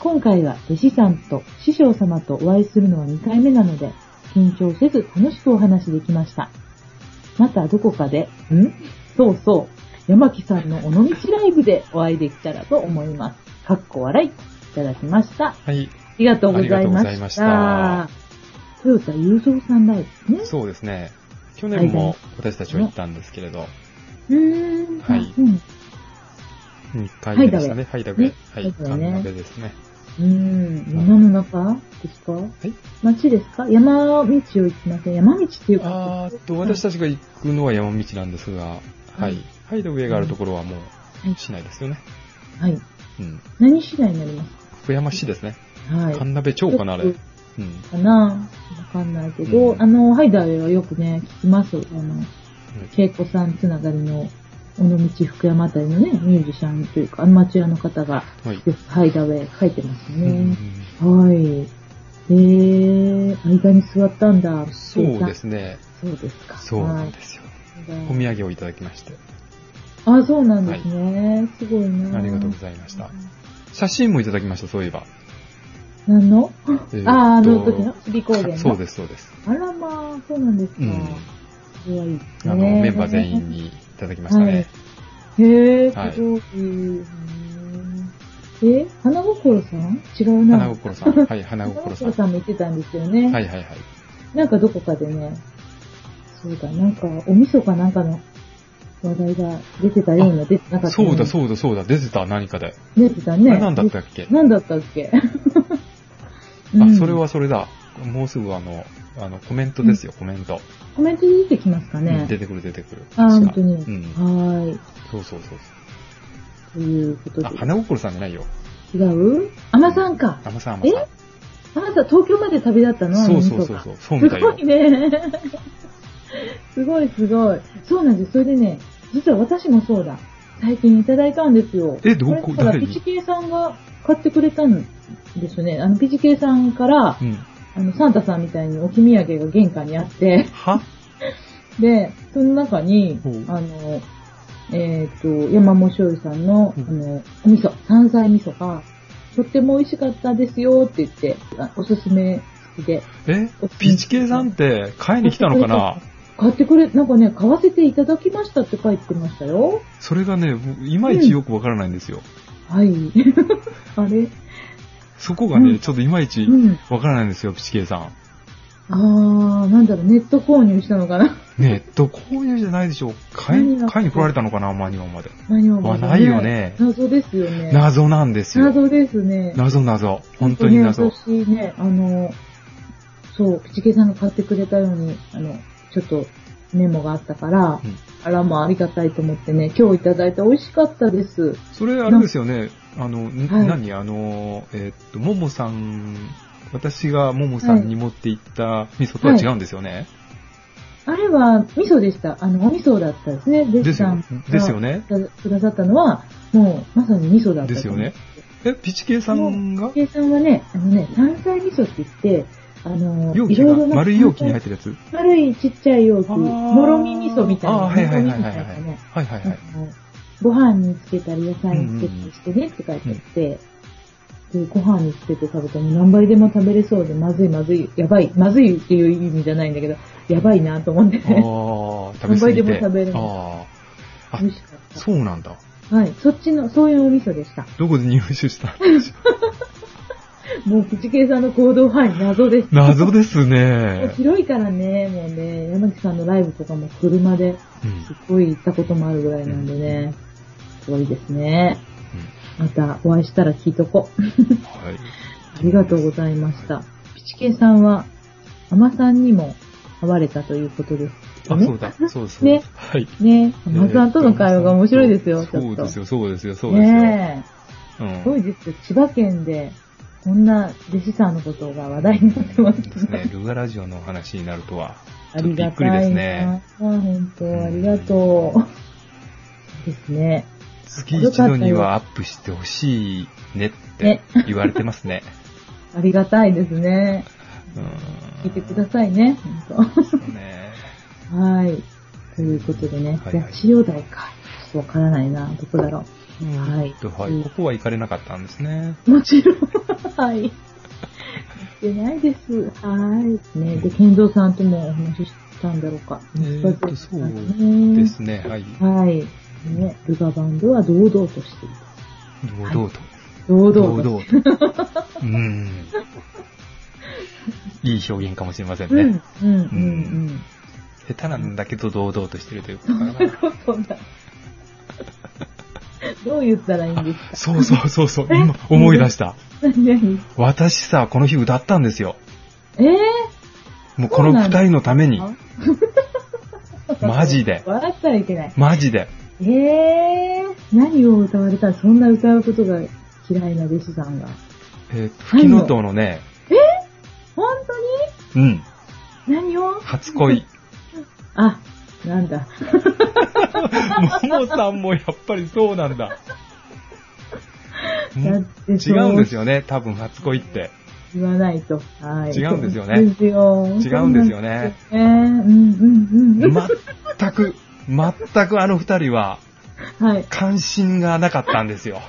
Speaker 2: 今回は弟子さんと師匠様とお会いするのは2回目なので、緊張せず楽しくお話しできました。またどこかで、んそうそう、山木さんの尾道ライブでお会いできたらと思います。かっこ笑い。いただきました。あ
Speaker 1: はい。
Speaker 2: りがとうございま
Speaker 1: ありがとうございま
Speaker 2: し
Speaker 1: したた。
Speaker 2: トヨタ雄三さんライブね。
Speaker 1: そうですね。去年も私たちは行ったんですけれど、
Speaker 2: うーん。
Speaker 1: はい
Speaker 2: うん
Speaker 1: 2回目でしたね。はい、だけ。は
Speaker 2: ね
Speaker 1: い、
Speaker 2: だ
Speaker 1: 神
Speaker 2: ね
Speaker 1: 鍋ですね。
Speaker 2: うーん、山の中ですか
Speaker 1: はい。
Speaker 2: 町ですか山道を行きません。山道っていうか。
Speaker 1: あーっと、私たちが行くのは山道なんですが、
Speaker 2: は
Speaker 1: はいい。ハイドウェイがあるところはもう
Speaker 2: はい、
Speaker 1: 市内ですよね。
Speaker 2: はい。
Speaker 1: うん。
Speaker 2: 何市内になります
Speaker 1: 福山市ですね。
Speaker 2: かはい。
Speaker 1: 神鍋町かな、あれ。
Speaker 2: う
Speaker 1: うんん。
Speaker 2: かなわかんないけど、
Speaker 1: うん
Speaker 2: あの、ハイダーウェイはよくね、聞きます。あの、恵子さんつながりの、尾道福山あたりのね、ミュージシャンというか、アマチュアの方が、
Speaker 1: はい。
Speaker 2: よくハイダーウェイ書いてます
Speaker 1: う
Speaker 2: ね
Speaker 1: ん。
Speaker 2: はい。えー、間に座ったんだ。
Speaker 1: そうですね。
Speaker 2: そうですか。
Speaker 1: そう
Speaker 2: は
Speaker 1: ないんですよ。お土産をいただきまして、
Speaker 2: あ、そうなんですね。すごいな。
Speaker 1: ありがとうございました。写真もいただきました、そういえば。
Speaker 2: 何の
Speaker 1: えーっと
Speaker 2: あ、あの時の日々高原の。
Speaker 1: そうです、そうです。
Speaker 2: あらまあ、そうなんですか。
Speaker 1: うん。
Speaker 2: それはいいです
Speaker 1: あ
Speaker 2: ね。
Speaker 1: の、メンバー全員にいただきましたね。
Speaker 2: へえ、
Speaker 1: はい
Speaker 2: すごい。え、花心さん違うな。
Speaker 1: 花心 さん。はい、花
Speaker 2: 花
Speaker 1: 心さ
Speaker 2: 心
Speaker 1: ん。
Speaker 2: さんも言ってたんですよね。
Speaker 1: はいはいはい。
Speaker 2: なんかどこかでね、そうだ、なんか、お味噌かなんかの話題が出てたような、出てなかった
Speaker 1: そ
Speaker 2: よ
Speaker 1: ううだ、
Speaker 2: な
Speaker 1: そうだ、そうだ、出てた、何かで。
Speaker 2: 出てた
Speaker 1: あ
Speaker 2: ね。
Speaker 1: れ何だったっけ
Speaker 2: なんだったっけうん
Speaker 1: あ、それはそれだ。もうすぐあの、あの、コメントですよ、コメント。
Speaker 2: コメントに出てきますかね。
Speaker 1: うん出てくる、出てくる。
Speaker 2: あ、
Speaker 1: 確
Speaker 2: 本
Speaker 1: か
Speaker 2: 当に。
Speaker 1: うん。
Speaker 2: はーい。
Speaker 1: そうそうそうそう。
Speaker 2: ということ
Speaker 1: あ、
Speaker 2: で。
Speaker 1: 花心さんじゃないよ。
Speaker 2: 違う甘さんか。
Speaker 1: あまさん、あま
Speaker 2: え
Speaker 1: さ
Speaker 2: あなた東京まで旅立ったの
Speaker 1: そうそうそうそう。
Speaker 2: すごいね。 すごいすごい。そうなんです。それでね、実は私もそうだ。最近いただいたんですよ。
Speaker 1: え、どこ、
Speaker 2: 誰ピチケイさんが買ってくれたんですよね。あの、ピチケイさんから、うん、あの、サンタさんみたいに置き土産が玄関にあって。
Speaker 1: は
Speaker 2: で、その中に、あの、えっ、ー、と、山本醤油さんの、うん、あの、お味噌、山菜味噌が、とっても美味しかったですよって言って、おすすめ好きで。
Speaker 1: えピチケイさんって買いに来たのかな
Speaker 2: 買ってくれ、なんかね、買わせていただきましたって書いてましたよ。
Speaker 1: それがね、いまいちよくわからないんですよ。
Speaker 2: うん、はい。 あれ
Speaker 1: そこがね、うん、ちょっといまいちわからないんですよ、うん、ピチケイさん。
Speaker 2: あー、なんだろう、ネット購入した のかな。
Speaker 1: ネット購入じゃないでしょう。買い、買いに来られたのかな、マニュアまで。
Speaker 2: マニュアま
Speaker 1: で。ないよね。
Speaker 2: 謎ですよね。
Speaker 1: 謎なんですよ。
Speaker 2: 謎ですね。
Speaker 1: 謎謎。本当に謎。
Speaker 2: ね、私ね、あの、そう、ピチケイさんが買ってくれたように、あの、ちょっとメモがあったから、うん、あらまあありがたいと思ってね、今日いただいて美味しかったです。
Speaker 1: それあれですよね、あの、はい、何あの、えー、っと、ももさん、私がももさんに持っていった味噌とは違うんですよね。
Speaker 2: はい、あれは味噌でした。あの、お味噌だったですね。
Speaker 1: ですさんですよね。
Speaker 2: くださったのは、もうまさに味噌だった
Speaker 1: ですよね。 え、ピチケイさんが
Speaker 2: ピチケイさんはね、あのね、山菜味噌って言って、あの、
Speaker 1: 容器が丸い容器に入ってるやつ
Speaker 2: 丸いちっちゃい容器、もろみ味噌みたいな。
Speaker 1: はいはいはいはい。はいはいは い。
Speaker 2: ご飯につけたり野菜につけたりしてねって書いてあって、でご飯につけて食べても何倍でも食べれそうで、まずいまずい、やばい、まずいっていう意味じゃないんだけど、やばいなと思って、
Speaker 1: ね、
Speaker 2: 何倍でも食べれる
Speaker 1: ああ。美味しかった。そうなんだ。
Speaker 2: はい、そっちの、そういうお味噌でした。
Speaker 1: どこで入手した んでしょう
Speaker 2: もう、プチケイさんの行動範囲、謎です。
Speaker 1: 謎ですね。
Speaker 2: 広いからね、もうね、山木さんのライブとかも車で、すっごい行ったこともあるぐらいなんでね、すごいですね。うん、また、お会いしたら聞いとこ。
Speaker 1: はい。
Speaker 2: ありがとうございました。ピチケイさんは、アマさんにも会われたということです。
Speaker 1: あ、そうだ、そうです。
Speaker 2: ね。
Speaker 1: はい。
Speaker 2: ね。アマさんとの会話が面白いですよ、
Speaker 1: そうですよ、そうですよ、そうですよ。ね
Speaker 2: え。すごいですよ。千葉県で、こんな弟子さんのことが話題になってます、ね、
Speaker 1: ですね。ルガラジオの話になるとは。
Speaker 2: ありがたいですね。本当、ありがとう。うですね。
Speaker 1: 月一度にはアップしてほしいねって言われてます ね。ね
Speaker 2: ありがたいですね。聞いてくださいね、本当。ね、はい。ということでね、はいはい、千代台か。わからないな、どこだろう。
Speaker 1: はい。はい。ここは行かれなかったんですね。
Speaker 2: もちろん。はい。行ってないです。はい。ね、で、健三さんともお話ししたんだろうか。
Speaker 1: えーと、そうですね。はい。
Speaker 2: はい。ね、ルガバンドは堂々としてい
Speaker 1: る。堂々と。
Speaker 2: 堂々と。堂々と。
Speaker 1: うん。いい表現かもしれませんね。
Speaker 2: うん、うん、うん。
Speaker 1: 下手なんだけど堂々としてるということ
Speaker 2: かな。そういう ことだ。どう言ったらいいんですか
Speaker 1: そうそうそうそう、今思い出した。
Speaker 2: 何
Speaker 1: 私さ、この日歌ったんですよ。
Speaker 2: ええ
Speaker 1: もうこの二人のために。 マジで。
Speaker 2: 笑ったらいけない。
Speaker 1: マジで。
Speaker 2: ええ何を歌われたそんな歌うことが嫌いな弟子さんが。
Speaker 1: えー、吹きのとのね。
Speaker 2: え本
Speaker 1: 当に
Speaker 2: うん。何を
Speaker 1: 初恋。
Speaker 2: あ、なんだ。
Speaker 1: ももさんもやっぱりそうなんだ。違うんですよね、多分初恋って。。
Speaker 2: 言わないと。はい
Speaker 1: 違うんですよね。違うんですよね。
Speaker 2: えー、うんうんうん。
Speaker 1: 全く、全くあの二人は、
Speaker 2: はい。
Speaker 1: 関心がなかったんですよ。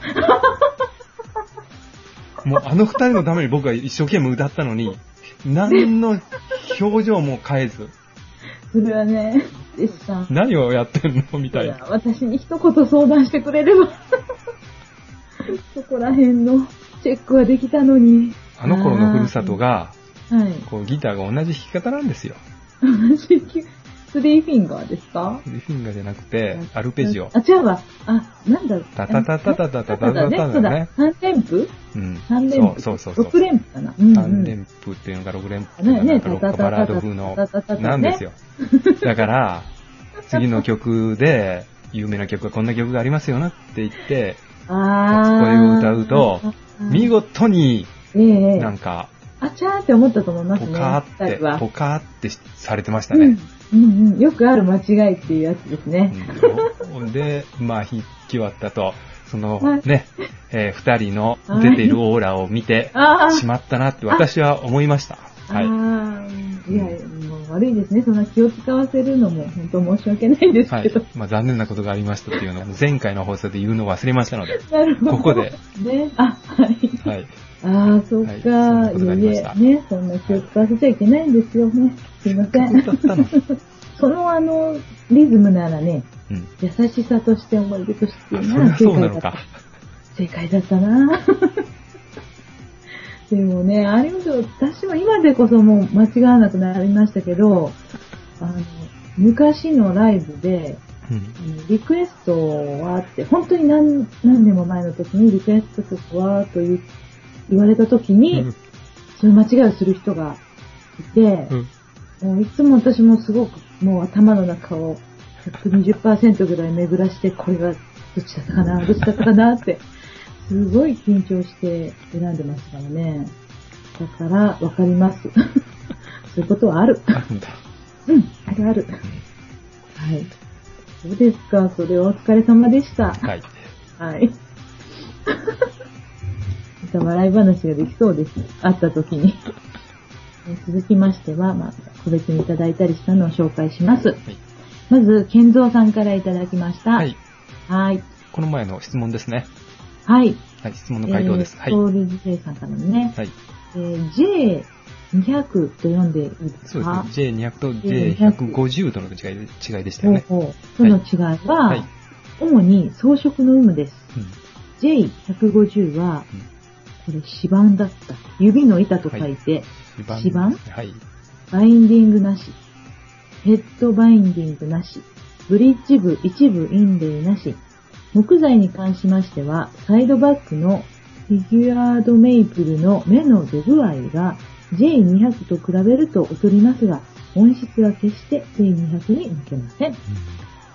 Speaker 1: もうあの二人のために僕は一生懸命歌ったのに、何の表情も変えず。
Speaker 2: それはね、
Speaker 1: 何をやってんのみたいな。
Speaker 2: 私に一言相談してくれればそこら辺のチェックはできたのに。
Speaker 1: あの頃のふるさとが、
Speaker 2: はい、
Speaker 1: こうギターが同じ弾き方なんですよ。
Speaker 2: 同じスリーフィンガーですか
Speaker 1: スリーフィンガーじゃなくて、アルペジオ。
Speaker 2: あ、違うわ。あ、なんだろう。
Speaker 1: タタタタタタタタタ
Speaker 2: タタだ。3連符
Speaker 1: うん。
Speaker 2: 3連符。
Speaker 1: そうそうそう。
Speaker 2: 6連符かな。
Speaker 1: 3連符っていうのか6連符っていうのか、ロックバラード風の、なんですよ。だから、次の曲で、有名な曲はこんな曲がありますよなって言って、
Speaker 2: 初
Speaker 1: 恋を歌うと、見事に、なんか、
Speaker 2: あちゃーって思ったと思います
Speaker 1: ポ
Speaker 2: ね。
Speaker 1: カ
Speaker 2: 二人
Speaker 1: ーって、
Speaker 2: は
Speaker 1: ポカーってされてましたね。
Speaker 2: うん、うんうん。よくある間違いっていうやつですね。
Speaker 1: うんで、まあ、引き割ったと、その
Speaker 2: はい
Speaker 1: ね、えー二人の出ているオーラを見て
Speaker 2: ああ。
Speaker 1: しまったなって私は思いました。はい。
Speaker 2: ああ、いや、もう悪いですね。そんな気を使わせるのも、本当申し訳ないです
Speaker 1: は
Speaker 2: け
Speaker 1: い
Speaker 2: ど。。
Speaker 1: まあ、残念なことがありましたっていうのを前回の放送で言うのを忘れましたので、
Speaker 2: なるほど。
Speaker 1: ここで。
Speaker 2: ね。あ、はい。
Speaker 1: はい。
Speaker 2: ああ、そっ
Speaker 1: はいそん
Speaker 2: か。
Speaker 1: ないことがありました
Speaker 2: えいえ、ね、そんな気を使わせちゃいけないんですよね。すいません。
Speaker 1: 歌ったの。
Speaker 2: そのあの、リズムならね、
Speaker 1: うん。
Speaker 2: 優しさとして思い出として
Speaker 1: あ、それはそうな
Speaker 2: だ
Speaker 1: の
Speaker 2: った
Speaker 1: か。。
Speaker 2: 正解だったな でもね、あれもちょっと私も今でこそもう間違わなくなりましたけど、あの、昔のライブで、
Speaker 1: うん。
Speaker 2: あのリクエストはあって、本当に何何年も前の時にリクエスト曲はという言われた時に、
Speaker 1: うん
Speaker 2: その間違いをする人がいて、
Speaker 1: うん。
Speaker 2: もういつも私もすごくもう頭の中を120%ぐらい巡らして、これはどっちだったかな、どっちだったかなって、すごい緊張して選んでましたからね。だから、わかります。 そういうことはある。
Speaker 1: あるんだ。
Speaker 2: うん、あるある。はい。そうですか、それはお疲れ様でした。
Speaker 1: はい。
Speaker 2: はい。 また笑い話ができそうです。会った時に。えー続きましては、まあ、個別にいただいたりしたのを紹介します。まず、健三さんからいただきました。
Speaker 1: はい。。
Speaker 2: はい。
Speaker 1: この前の質問ですね。
Speaker 2: はい。
Speaker 1: はい、質問の回答です。
Speaker 2: えー
Speaker 1: はい。
Speaker 2: ソウルズ生さんからのね、
Speaker 1: はい。
Speaker 2: えー J200 と読んでいいです
Speaker 1: そう
Speaker 2: か
Speaker 1: ですね。J200 と J150 との違いで違いでしたよね。
Speaker 2: ほうほうとの違いは、
Speaker 1: はい。
Speaker 2: 主に装飾の有無です。
Speaker 1: うん
Speaker 2: J150 は、これ、指板だった。指の板と書いて、指板
Speaker 1: はい。
Speaker 2: バインディングなし。ヘッドバインディングなし。ブリッジ部一部インレイなし。木材に関しましては、サイドバックのフィギュアードメイプルの目の出具合が J200 と比べると劣りますが、音質は決して J200 に向けません。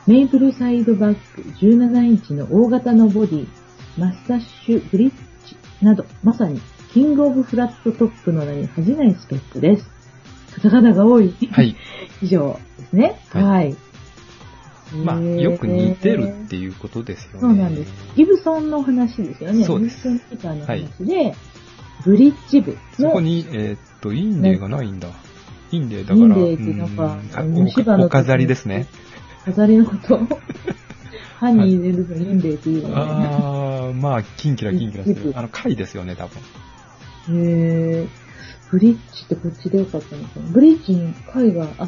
Speaker 2: メイプルサイドバック17インチの大型のボディ、マスタッシュブリッジなど、まさにキングオブフラットトップの名に恥じないスペックです。カタカナが多い。
Speaker 1: はい。
Speaker 2: 以上ですね。
Speaker 1: はい
Speaker 2: はい。
Speaker 1: まあ、
Speaker 2: へー
Speaker 1: よく似てるっていうことですよね。
Speaker 2: そうなんです。ギブソンの話ですよね。
Speaker 1: そうです
Speaker 2: ギブソンギターの話で、ブリッジ部
Speaker 1: そこ
Speaker 2: の、
Speaker 1: に、えーっと、インレイがないんだ。インレイだから、
Speaker 2: インレイってなんか
Speaker 1: うんあ
Speaker 2: あの芝の
Speaker 1: お飾りですね。
Speaker 2: 飾りのことを、 歯に入れるのインレイっていうのね。
Speaker 1: あー、まあ、キンキラキンキラしてる。あの、貝ですよね、多分。
Speaker 2: へーブリッジってこっちでよかったのかなブリッジに貝が、あ、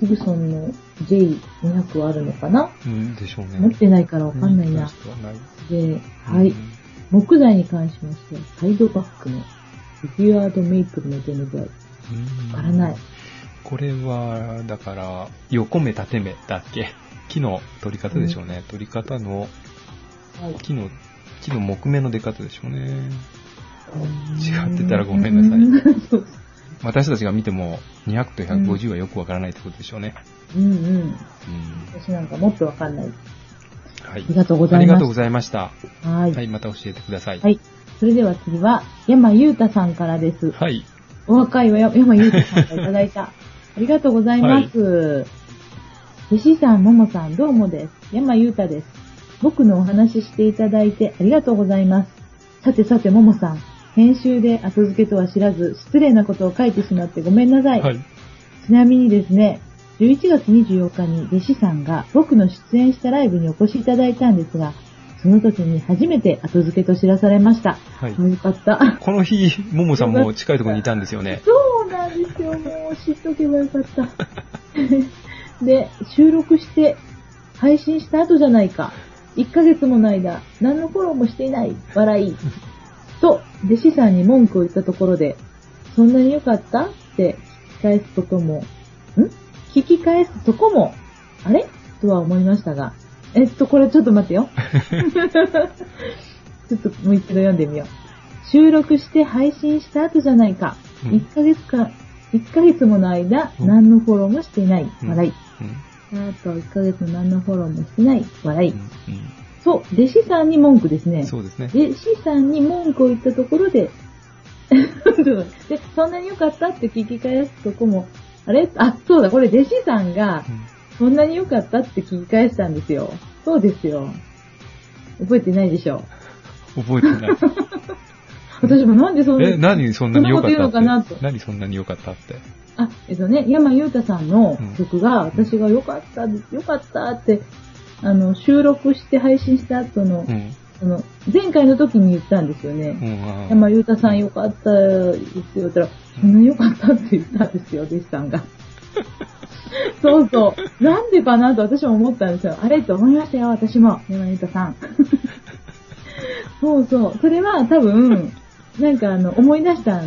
Speaker 2: ギブソンの J200 はあるのかな
Speaker 1: うん、でしょうね。
Speaker 2: 持ってないからわかんない
Speaker 1: に
Speaker 2: な
Speaker 1: 関。してはない
Speaker 2: で、はい。木材に関しましては、サイドバックのフィギュアードメイプルの出の具合、わ
Speaker 1: うん
Speaker 2: からない。
Speaker 1: これは、だから、横目縦目だっけ木の取り方でしょうね。取り方の、
Speaker 2: はい
Speaker 1: 木の、木の木目の出方でしょうね。
Speaker 2: 違
Speaker 1: 違ってたらごめんなさい
Speaker 2: い。そう
Speaker 1: 私たちが見ても、200と150はよくわからないってことでしょうね。
Speaker 2: うんうん。
Speaker 1: うん。
Speaker 2: 私なんかもっとわかんない。
Speaker 1: はい
Speaker 2: あ。りがとうござ
Speaker 1: あ
Speaker 2: い
Speaker 1: りが
Speaker 2: ま
Speaker 1: とうご
Speaker 2: す。
Speaker 1: ざいました。
Speaker 2: はい。
Speaker 1: は
Speaker 2: はい。
Speaker 1: い、また教えてください。
Speaker 2: それでは次は、山優太さんからです。
Speaker 1: はい。
Speaker 2: お若いはや山優太さんからいた だいた。ありがとうございます。弟子さん、ももさん、どうもです。山優太です。僕のお話ししていただいてありがとうございます。さてさて、ももさん。編集で後付けとは知らず、失礼なことを書いてしまってごめんなさい。
Speaker 1: はい。
Speaker 2: ちなみにですね、11月24日に弟子さんが僕の出演したライブにお越しいただいたんですが、その時に初めて後付けと知らされました。
Speaker 1: はい
Speaker 2: あよかった。
Speaker 1: この日、ももさんも近いところにいたんですよね。
Speaker 2: そうなんですよ。もう知っとけばよかった。 で、収録して、配信した後じゃないか。1ヶ月もの間、何のフォローもしていない。笑い。と、弟子さんに文句を言ったところで、そんなに良かったって聞き返すとこも、ん聞き返すとこも、あれとは思いましたが、えっと、これちょっと待っ てよ。ちょっともう一度読んでみよう。収録して配信した後じゃないか。
Speaker 1: うん
Speaker 2: 1ヶ月間、1ヶ月もの間、
Speaker 1: うん
Speaker 2: 何のフォローもしていない。
Speaker 1: うん
Speaker 2: 笑い。
Speaker 1: うん
Speaker 2: あと1ヶ月何のフォローもしてない。笑い。
Speaker 1: うん
Speaker 2: そう、弟子さんに文句です
Speaker 1: う
Speaker 2: ね
Speaker 1: ん。そうですね。
Speaker 2: で、C さんに文句を言ったところで、ちょっと待ってで、そんなに良かったって聞き返すとこも、あれあ、そうだ、これ弟子さんが、そんなに良かったって聞き返したんですよ。そうですよ。覚えてないでしょ。
Speaker 1: 覚えて ない。
Speaker 2: 私もなんでそんな、
Speaker 1: え、何そんなに良かった
Speaker 2: そんなこと言うのかな
Speaker 1: って
Speaker 2: と。
Speaker 1: 何そんなに良かったって。
Speaker 2: あ、えっとね、山優太さんの曲が、私が良かった、良かったって、あの、収録して配信した後の、
Speaker 1: うん。
Speaker 2: あの、前回の時に言ったんですよ
Speaker 1: う
Speaker 2: ね。
Speaker 1: ん。
Speaker 2: 山優太さん良かったですよって言ったら、そんなに良かったって言ったんですよ、弟子さんが。 そうそう。なんでかなと私も思ったんですよ。あれと思いましたよ、私も。山優太さ ん。そうそう。それは多分、なんかあの、思い出した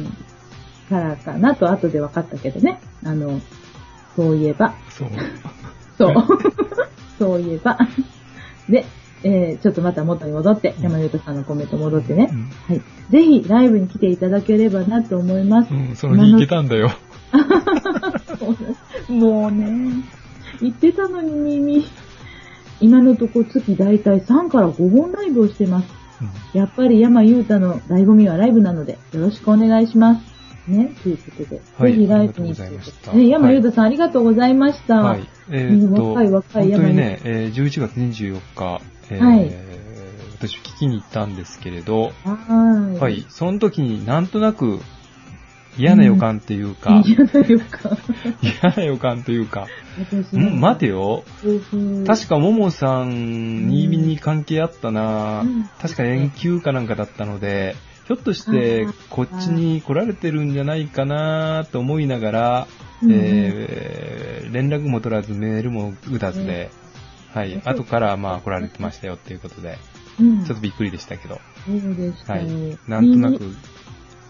Speaker 2: からかなと、後で分かったけどね。あの、そういえば。
Speaker 1: そう。
Speaker 2: そう。 そういえば。で、えーちょっとまた元に戻って、山優太さんのコメント戻ってね。
Speaker 1: うん
Speaker 2: はい。ぜひ、ライブに来ていただければなと思います。
Speaker 1: うん、その日行けたんだよ。
Speaker 2: もうね、言ってたのに耳。今のとこ月大体3から5本ライブをしてます。
Speaker 1: うん
Speaker 2: やっぱり山優太の醍醐味はライブなので、よろしくお願いします。ね、ということで。
Speaker 1: はい
Speaker 2: ぜひライブに
Speaker 1: ありがとうございました
Speaker 2: ね、山優太さん、ありがとうございました。
Speaker 1: はい。えーっと、
Speaker 2: 若い若
Speaker 1: 本
Speaker 2: い
Speaker 1: 当に
Speaker 2: 山
Speaker 1: ね、えー11月24日、えー
Speaker 2: はい
Speaker 1: 私聞きに行ったんですけれど、
Speaker 2: はい。
Speaker 1: はい、その時になんとなく嫌な予感っていうか、
Speaker 2: 嫌な予感。
Speaker 1: 嫌な予感というか、
Speaker 2: 私ね
Speaker 1: ん待てよ。
Speaker 2: そうそう
Speaker 1: 確かももさんにに関係あったな、
Speaker 2: うん
Speaker 1: 確か遠休かなんかだったので、ひょっとして
Speaker 2: あー
Speaker 1: こっちに来られてるんじゃないかなと思いながら、
Speaker 2: うん
Speaker 1: えー連絡も取らずメールも打たずで、はい、
Speaker 2: そう
Speaker 1: 後からまあ来られてましたよっていうことで、
Speaker 2: うん、
Speaker 1: ちょっとびっくりでしたけど、
Speaker 2: そうでした、
Speaker 1: はい、なんとなく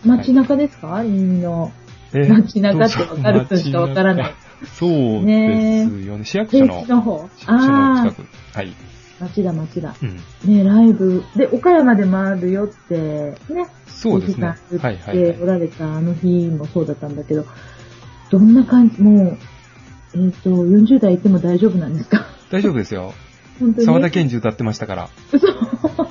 Speaker 2: 耳、街中ですか耳の。
Speaker 1: えー
Speaker 2: 街中ってわかる人しかわからない。
Speaker 1: そうそうですよね、市役所
Speaker 2: 平
Speaker 1: の、
Speaker 2: 地
Speaker 1: 市
Speaker 2: の方。
Speaker 1: 役所の
Speaker 2: あ
Speaker 1: 近く、はい、
Speaker 2: あ、街だ街だ。
Speaker 1: うん、
Speaker 2: ね、ライブ。で、岡山で回るよって、ね。
Speaker 1: そうですね
Speaker 2: お時、
Speaker 1: は
Speaker 2: 間
Speaker 1: いは
Speaker 2: 言
Speaker 1: い
Speaker 2: ってお
Speaker 1: はい。
Speaker 2: られたあの日もそうだったんだけど、どんな感じ、もう、えっ、と、40代いても大丈夫なんですか
Speaker 1: 大丈夫ですよ。
Speaker 2: 本当に。
Speaker 1: 沢田研二歌ってましたから。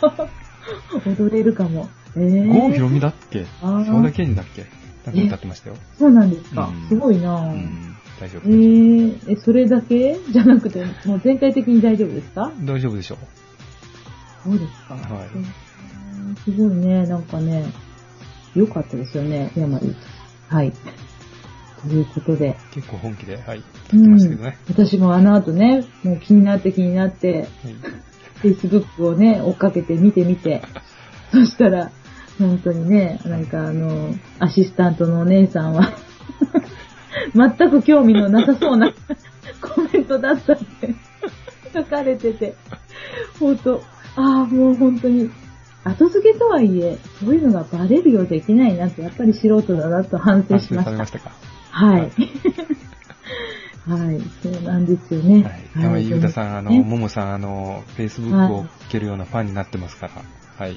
Speaker 2: 踊れるかも。えー、
Speaker 1: 郷ひろみだっけ
Speaker 2: あー
Speaker 1: 沢田研二だっけなんか歌ってましたよ。
Speaker 2: そうなんですか。
Speaker 1: うん
Speaker 2: すごいなぁ、
Speaker 1: うん、大丈夫
Speaker 2: え。ー、え、それだけじゃなくて、もう全体的に大丈夫ですか
Speaker 1: 大丈夫でしょ
Speaker 2: そうですか。
Speaker 1: はい
Speaker 2: うんすごいね、なんかね、良かったですよね、山井。はい。ということで、
Speaker 1: 結構本気で、はい、歌ってましたけどね。
Speaker 2: うん私もあの後ね、もう気になって気になっ
Speaker 1: は
Speaker 2: て、
Speaker 1: い
Speaker 2: Facebook をね、追っかけて見て見て、そしたら、本当にね、なんかあの、アシスタントのお姉さんは、 全く興味のなさそうな コメントだったって書かれてて、本当、ああ、もう本当に、後付けとはいえ、そういうのがバレるようできないなって、やっぱり素人だなと反省
Speaker 1: 反
Speaker 2: し
Speaker 1: 省
Speaker 2: ま
Speaker 1: さ
Speaker 2: し
Speaker 1: れ
Speaker 2: た
Speaker 1: ま。したか。
Speaker 2: はい。 はい、そうなんですよね。
Speaker 1: はい。山井優太さん、あの、
Speaker 2: ね
Speaker 1: ももさん、あの、Facebook を受けるようなファンになってますから。 はい。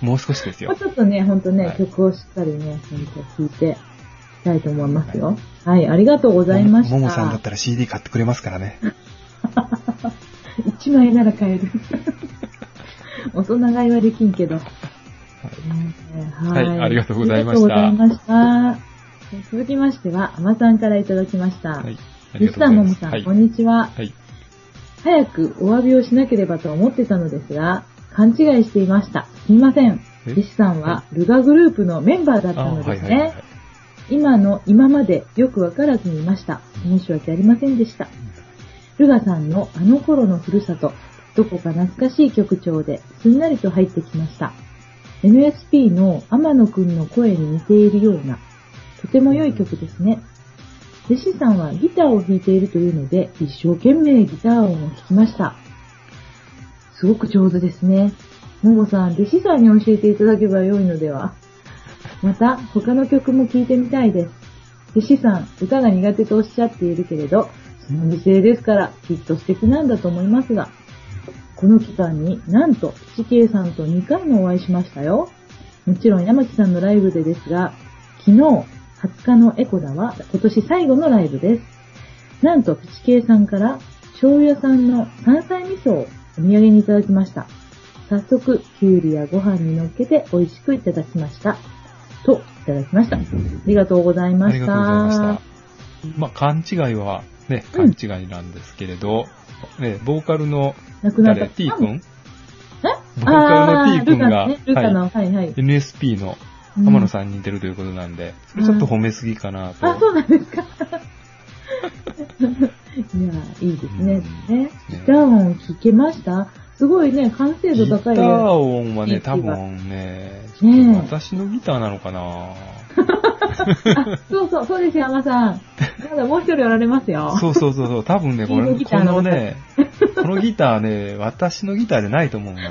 Speaker 1: もう少しです
Speaker 2: も
Speaker 1: よ
Speaker 2: う。ちょっとね、ほんとね、
Speaker 1: はい
Speaker 2: 曲をしっかりね、ほんと聴いていきたいと思いますよ。はい、ありがとうございました。
Speaker 1: もももさんだったら CD 買ってくれますからね。
Speaker 2: 一枚なら買える。 大人買いはできんけど。は
Speaker 1: はいありがとうございました
Speaker 2: ありがとうございました続きましては、アマさんからいただきました。
Speaker 1: はい。あり
Speaker 2: 吉
Speaker 1: がとうござい
Speaker 2: 田も
Speaker 1: ま
Speaker 2: も
Speaker 1: す。
Speaker 2: さん、
Speaker 1: はい
Speaker 2: こ。んにちは。
Speaker 1: はい。
Speaker 2: 早くお詫びをしなければと思ってたのですが、勘違いしていました。すみません。
Speaker 1: え
Speaker 2: 弟子さんはルガグループのメンバーだった
Speaker 1: あ
Speaker 2: の
Speaker 1: は
Speaker 2: で
Speaker 1: い
Speaker 2: す
Speaker 1: はいはい
Speaker 2: ね。今の今までよくわからずにいました。申し訳ありませんでした。ルガさんのあの頃のふるさと、どこか懐かしい曲調ですんなりと入ってきました。NSP の天野くんの声に似ているような、とても良い曲ですね。弟子さんはギターを弾いているというので、一生懸命ギター音を弾きました。すごく上手ですね。ももさん、弟子さんに教えていただけば良いのではまた、他の曲も聴いてみたいです。弟子さん、歌が苦手とおっしゃっているけれど、その犠牲ですから、きっと素敵なんだと思いますが、この期間になんと、七慶さんと2回もお会いしましたよ。もちろん山木さんのライブでですが、昨日、20日のエコダは今年最後のライブです。なんと、ピチケイさんから、醤油屋さんの山菜味噌をお土産にいただきました。早速、きゅうりやご飯に乗っけて美味しくいただきました。と、いただきました。ありがとうございま
Speaker 1: あ
Speaker 2: した。
Speaker 1: りがとうございました。まあ、勘違いは、ね、
Speaker 2: うん
Speaker 1: 勘違いなんですけれど、ね、ボーカルの、
Speaker 2: 亡くなった。
Speaker 1: 誰 ?T 君
Speaker 2: え
Speaker 1: ボーカルの T 君が
Speaker 2: あールカのね、ルカの、はい、はい。
Speaker 1: ?NSP の浜野
Speaker 2: ん。
Speaker 1: さんに似てるということなんで、それちょっと褒めすぎかなと。
Speaker 2: あ、そうなんで すか。いや、いいですね。
Speaker 1: うん
Speaker 2: ねギター音聞けましたすごいね、完成
Speaker 1: ギ
Speaker 2: 度
Speaker 1: タ
Speaker 2: 高い。
Speaker 1: ー音はね、
Speaker 2: 一致
Speaker 1: 多
Speaker 2: が
Speaker 1: 分ね、ちょ
Speaker 2: ねえ
Speaker 1: っと私のギターなのかな、
Speaker 2: そうそう、そうですよ、山さん。まだもう一人おられますよ。
Speaker 1: そうそうそうそう、多分ね、こ
Speaker 2: 黄色い
Speaker 1: れ
Speaker 2: ギタ
Speaker 1: こ
Speaker 2: ーの
Speaker 1: のね、このギターね、私のギターでないと思うな。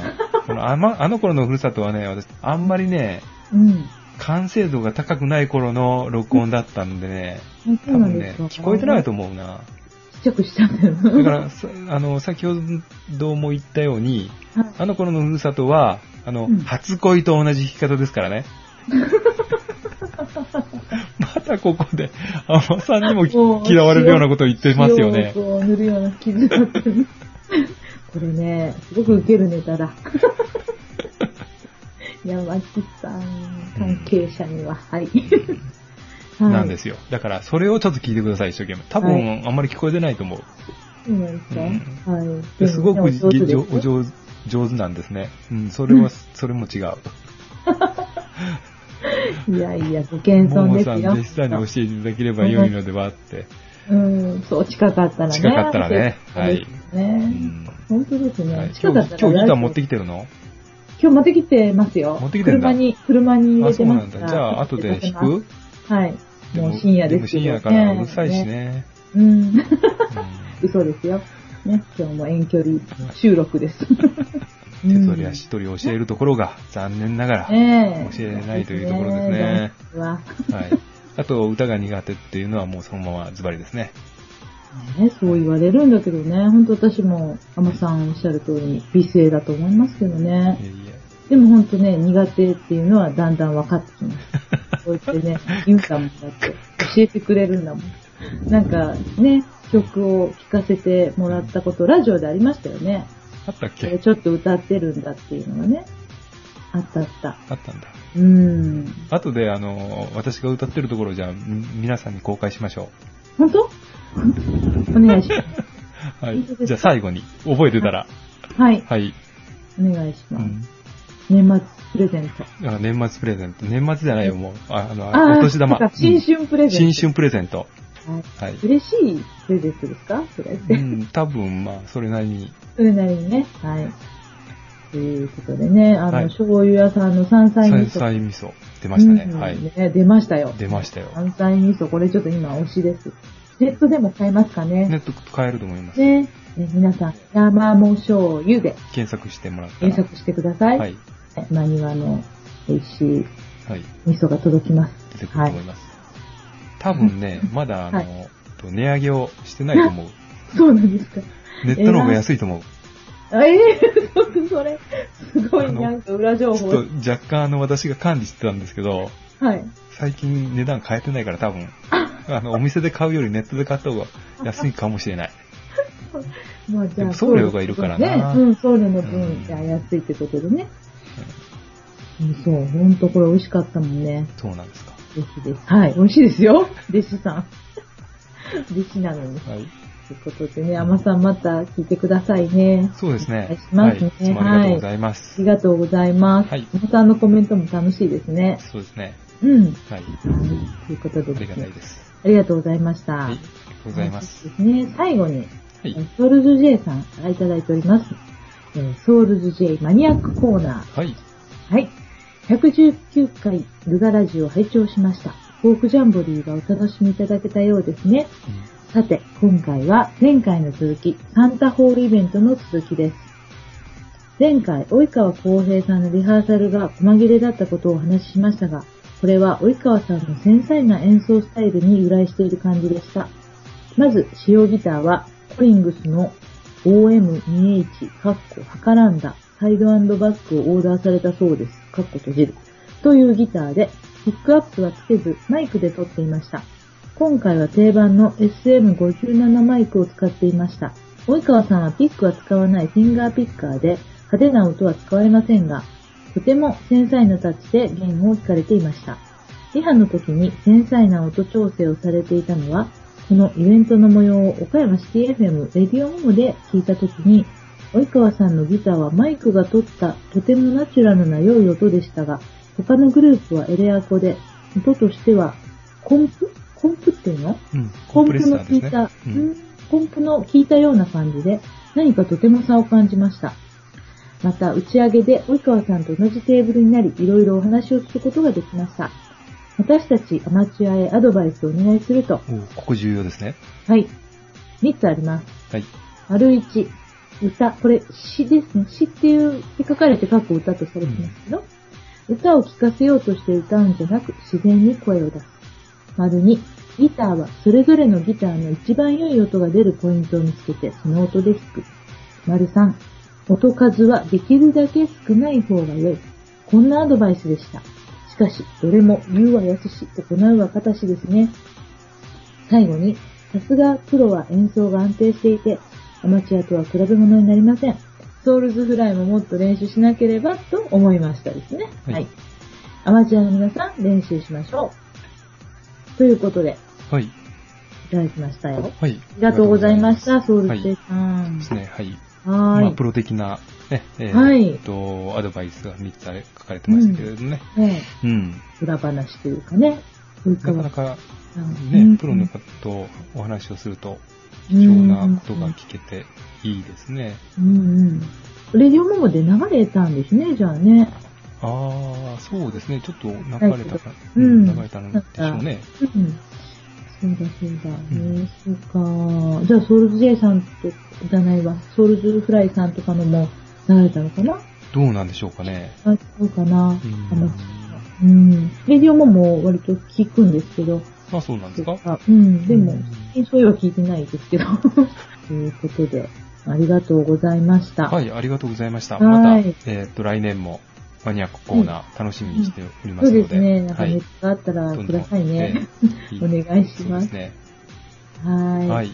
Speaker 1: このあ,、ま、あの頃のふるさとはね、私、あんまりね、
Speaker 2: うん。
Speaker 1: 完成度が高くない頃の録音だったんでね、
Speaker 2: そ
Speaker 1: 多
Speaker 2: うなん
Speaker 1: 分
Speaker 2: で
Speaker 1: ね、
Speaker 2: すよ。
Speaker 1: 聞こえてない
Speaker 2: と。
Speaker 1: と思うな。
Speaker 2: ちっちゃくしちゃうんだよ
Speaker 1: だか
Speaker 2: な。
Speaker 1: ら、さあの、先ほども言ったように、
Speaker 2: はい
Speaker 1: あの頃のふるさとは、あの、
Speaker 2: うん
Speaker 1: 初恋と同じ弾き方です からね。またここで、あまさんにもき
Speaker 2: もう
Speaker 1: 嫌われるようなことを言ってますよね
Speaker 2: 塩。をこう塗るような傷になってる。これね、すごくウケるネタだ。山木さん、関係者には、はい。はい
Speaker 1: なんですよ。だから、それをちょっと聞いてください、一生懸命。多
Speaker 2: は
Speaker 1: 分、あんまり聞こえてないと思う。
Speaker 2: そうなんですか、はい。
Speaker 1: で、すごく
Speaker 2: でも上手です
Speaker 1: じ
Speaker 2: よ
Speaker 1: ょお上手上手なんですね。うん、それは、それも違う。
Speaker 2: いやいや、ご謙
Speaker 1: も
Speaker 2: 遜
Speaker 1: も
Speaker 2: ですよ。
Speaker 1: さん、弟子さんに教えていただければ良いのではって。
Speaker 2: うん、そう、近かったらね。
Speaker 1: 近かったらねはい
Speaker 2: ね
Speaker 1: うん
Speaker 2: 本当です
Speaker 1: はい
Speaker 2: ね。
Speaker 1: 今
Speaker 2: 近
Speaker 1: 日、今
Speaker 2: かった
Speaker 1: 日
Speaker 2: ら
Speaker 1: ギター持ってきてるの
Speaker 2: 今日持ってきてますよ。
Speaker 1: 持ってきてんだ
Speaker 2: 車に、車に入
Speaker 1: あ、
Speaker 2: れ
Speaker 1: そ
Speaker 2: て
Speaker 1: う
Speaker 2: ま
Speaker 1: な
Speaker 2: す
Speaker 1: ん
Speaker 2: か
Speaker 1: だ。
Speaker 2: ら。
Speaker 1: じゃあ、後で弾く
Speaker 2: はい。もう深夜ですけど
Speaker 1: でも深夜からうるさいし。ね。
Speaker 2: うん。
Speaker 1: う
Speaker 2: 嘘ですよ。ね、今日も遠距離収 録です。うん
Speaker 1: んで、そりゃしっとり教えるところが残念ながら、
Speaker 2: ねえ
Speaker 1: 教えないというところですね
Speaker 2: ねえダメは
Speaker 1: はい。あと、歌が苦手っていうのはもうそのままズバリですね。
Speaker 2: ね、そう言われるんだけどね、本当私も、アマさんおっしゃる通りに美声だと思いますけど
Speaker 1: い
Speaker 2: ね。
Speaker 1: えいえ。
Speaker 2: でも本当ね、苦手っていうのはだんだん分かってき ます。こうやってね、ユンさんもだって教えてくれるんだもん。なんかね、曲を聴かせてもらったこと、ラジオでありましたよね。
Speaker 1: あったっ
Speaker 2: これ
Speaker 1: け
Speaker 2: ちょっと歌ってるんだっていうのがね。あったあった。
Speaker 1: あったんだ。
Speaker 2: うん。
Speaker 1: 後で、あの、私が歌ってるところをじゃあ、み皆さんに公開しましょ
Speaker 2: 本当お願いしま
Speaker 1: う。はい
Speaker 2: 本当です。か
Speaker 1: じゃあ最後に、覚えてたら。
Speaker 2: す。はい。
Speaker 1: はい。
Speaker 2: お願いし
Speaker 1: う
Speaker 2: ます。
Speaker 1: ん
Speaker 2: 年末プレゼント。
Speaker 1: あ年末プレゼント。年末じゃないよ、もう。ああの、
Speaker 2: ー
Speaker 1: お年玉。
Speaker 2: そうか新春プレ
Speaker 1: うん
Speaker 2: ゼント。
Speaker 1: 新春プレゼント。
Speaker 2: はい
Speaker 1: はい。
Speaker 2: 嬉しいプレゼントですかそれって。
Speaker 1: うん、多分、まあ、それなりに。
Speaker 2: それなりにね。はい。ということでね、あの、
Speaker 1: はい
Speaker 2: 醤油屋さんの山菜
Speaker 1: 山
Speaker 2: 味噌。
Speaker 1: 菜味噌。出ましたね。
Speaker 2: うん
Speaker 1: はい。
Speaker 2: ね出ましたよ。
Speaker 1: 出ましたよ。
Speaker 2: 山菜味噌、これちょっと今推しです。ネットでも買えますかね。
Speaker 1: ネ
Speaker 2: ね
Speaker 1: ット買えると思います。
Speaker 2: ね皆さん、山も醤油で
Speaker 1: 検索してもらったら。
Speaker 2: 検索してください。
Speaker 1: はい。
Speaker 2: マニュアの美味しい
Speaker 1: はい。
Speaker 2: 味噌が届きます。
Speaker 1: 出てくると思います。多分ね、まだ、あの、
Speaker 2: はい
Speaker 1: と値上げをしてないと思う。
Speaker 2: そうなんですか。
Speaker 1: ネットの方が安いと思う。
Speaker 2: あええそれ、すごいなんか裏情
Speaker 1: ち
Speaker 2: 報
Speaker 1: ょ。っと若干あの私が管理してたんですけど、
Speaker 2: はい。
Speaker 1: 最近値段変えてないから多分、あの、お店で買うよりネットで買った方が安いかもしれない。
Speaker 2: まあじ
Speaker 1: でも送料がいるからな
Speaker 2: ね。うん、送料の
Speaker 1: うん
Speaker 2: 分、じゃあ安いってことでね。うんそう、ほんとこれ美味しかったもんね。
Speaker 1: そうなんですか。
Speaker 2: 美味しいです。はい、美味しいですよ。弟子さん。弟子なのに。
Speaker 1: はい。
Speaker 2: ということでね、甘さんまた聞いてくださいね。
Speaker 1: そうですね。
Speaker 2: お願いし
Speaker 1: い。
Speaker 2: ま
Speaker 1: い
Speaker 2: す
Speaker 1: つ
Speaker 2: ね
Speaker 1: もありがとうございま
Speaker 2: あ
Speaker 1: す。
Speaker 2: りがとうございます。
Speaker 1: はい
Speaker 2: 甘さんのコメントも楽しいですね。
Speaker 1: そうですね。
Speaker 2: うん。
Speaker 1: はい。
Speaker 2: ということで
Speaker 1: あり
Speaker 2: で
Speaker 1: が
Speaker 2: す
Speaker 1: たい
Speaker 2: ね。
Speaker 1: です。
Speaker 2: ありがとうございました。
Speaker 1: はい。ありがとうございます。
Speaker 2: そうですね、最後に、
Speaker 1: はい。
Speaker 2: ソウルズ J さんからいただいております。えーソウルズ J マニアックコーナ
Speaker 1: はい。
Speaker 2: ー。はい。119回ルガラジオを拝聴しました。フォークジャンボリーがお楽しみいただけたようですね。さて、今回は前回の続き、サンタホールイベントの続きです。前回、及川浩平さんのリハーサルが細切れだったことをお話ししましたが、これは及川さんの繊細な演奏スタイルに由来している感じでした。まず、使用ギターは、コリングスの OM2H、カッコ、はからんだ、サイドバックをオーダーされたそうです。カッコ閉じる。というギターで、ピックアップはつけず、マイクで撮っていました。今回は定番の SM57 マイクを使っていました。及川さんはピックは使わないフィンガーピッカーで、派手な音は使われませんが、とても繊細なタッチで弦を弾かれていました。リハの時に繊細な音調整をされていたのは、このイベントの模様を岡山シティ FM レディオモモで聞いた時に、及川さんのギターはマイクが取ったとてもナチュラルな良い音でしたが、他のグループはエレアコで、音としてはコンプコンプっていうの、
Speaker 1: うん
Speaker 2: コン
Speaker 1: プ
Speaker 2: プ
Speaker 1: レッサ
Speaker 2: の
Speaker 1: ー
Speaker 2: 効
Speaker 1: で
Speaker 2: い
Speaker 1: すね
Speaker 2: た、
Speaker 1: うん
Speaker 2: うんコンプの効いたような感じで、何かとても差を感じました。また、打ち上げで及川さんと同じテーブルになり、いろいろお話を聞くことができました。私たちアマチュアへアドバイスをお願いすると、
Speaker 1: おここ重要ですね。
Speaker 2: はい、3つあります。
Speaker 1: はい。
Speaker 2: 丸1、歌。これ、詩ですね。詩っていう、って書かれて書く歌とされてますけど、歌を聴かせようとして歌うんじゃなく、自然に声を出す。丸2、ギターはそれぞれのギターの一番良い音が出るポイントを見つけて、その音で弾く。丸3、音数はできるだけ少ない方が良い。こんなアドバイスでした。しかし、どれも言うは易し、行うは形ですね。最後に、さすがプロは演奏が安定していて、アマチュアとは比べ物になりません。ソウルズフライももっと練習しなければと思いましたですね。
Speaker 1: は
Speaker 2: はいい。アマチュアの皆さん、練習しましょう。ということで、
Speaker 1: はい。
Speaker 2: いただきましたよ。
Speaker 1: はい。あ
Speaker 2: ありがとうございまし
Speaker 1: り
Speaker 2: た、ソウル
Speaker 1: はい
Speaker 2: ズさん
Speaker 1: がとうございま。す。ですね。はい。
Speaker 2: は
Speaker 1: まあ、
Speaker 2: ーい
Speaker 1: プ。ロ的な、ね、えー
Speaker 2: はい
Speaker 1: と、アドバイスが3つあれ書かれてましたけれどもね。
Speaker 2: ね
Speaker 1: うん。
Speaker 2: 裏話というかね。な
Speaker 1: なかなか、
Speaker 2: さん
Speaker 1: ね、プロの方とお話をすると、貴重なことが聞けていいですね。
Speaker 2: うんうん。レディオモモで流れたんですね、じゃあね。
Speaker 1: ああ、そうですね。ちょっと流れたか、
Speaker 2: う
Speaker 1: うんん、流れたのでしょうね。
Speaker 2: うん。そうだそうだ。ね、そうか。じゃあ、ソウルズ J さんと、じゃないわ。ソウルズフライさんとかのも流れたのかな
Speaker 1: どうなんでしょうかね。
Speaker 2: あ、そうかな。
Speaker 1: うん
Speaker 2: あの、うん。レディオモモ割と聞くんですけど。
Speaker 1: まあそうなんですか。
Speaker 2: あうん。でも
Speaker 1: うん、
Speaker 2: 最近そういえば聞いてないですけど。 ということで、ありがとうございました。
Speaker 1: はい、ありがとうございました。
Speaker 2: はい
Speaker 1: また、えっ、と、来年もマニアックコーナー楽しみにしておりま
Speaker 2: そ
Speaker 1: す
Speaker 2: う
Speaker 1: ので。
Speaker 2: ですね。なんか
Speaker 1: は
Speaker 2: ネ
Speaker 1: い
Speaker 2: ッ。トがあったら
Speaker 1: どん
Speaker 2: く
Speaker 1: どん
Speaker 2: ださいね。
Speaker 1: え
Speaker 2: お
Speaker 1: ー
Speaker 2: 願いし
Speaker 1: そう
Speaker 2: ま。
Speaker 1: ですすね。
Speaker 2: はーい。
Speaker 1: はい。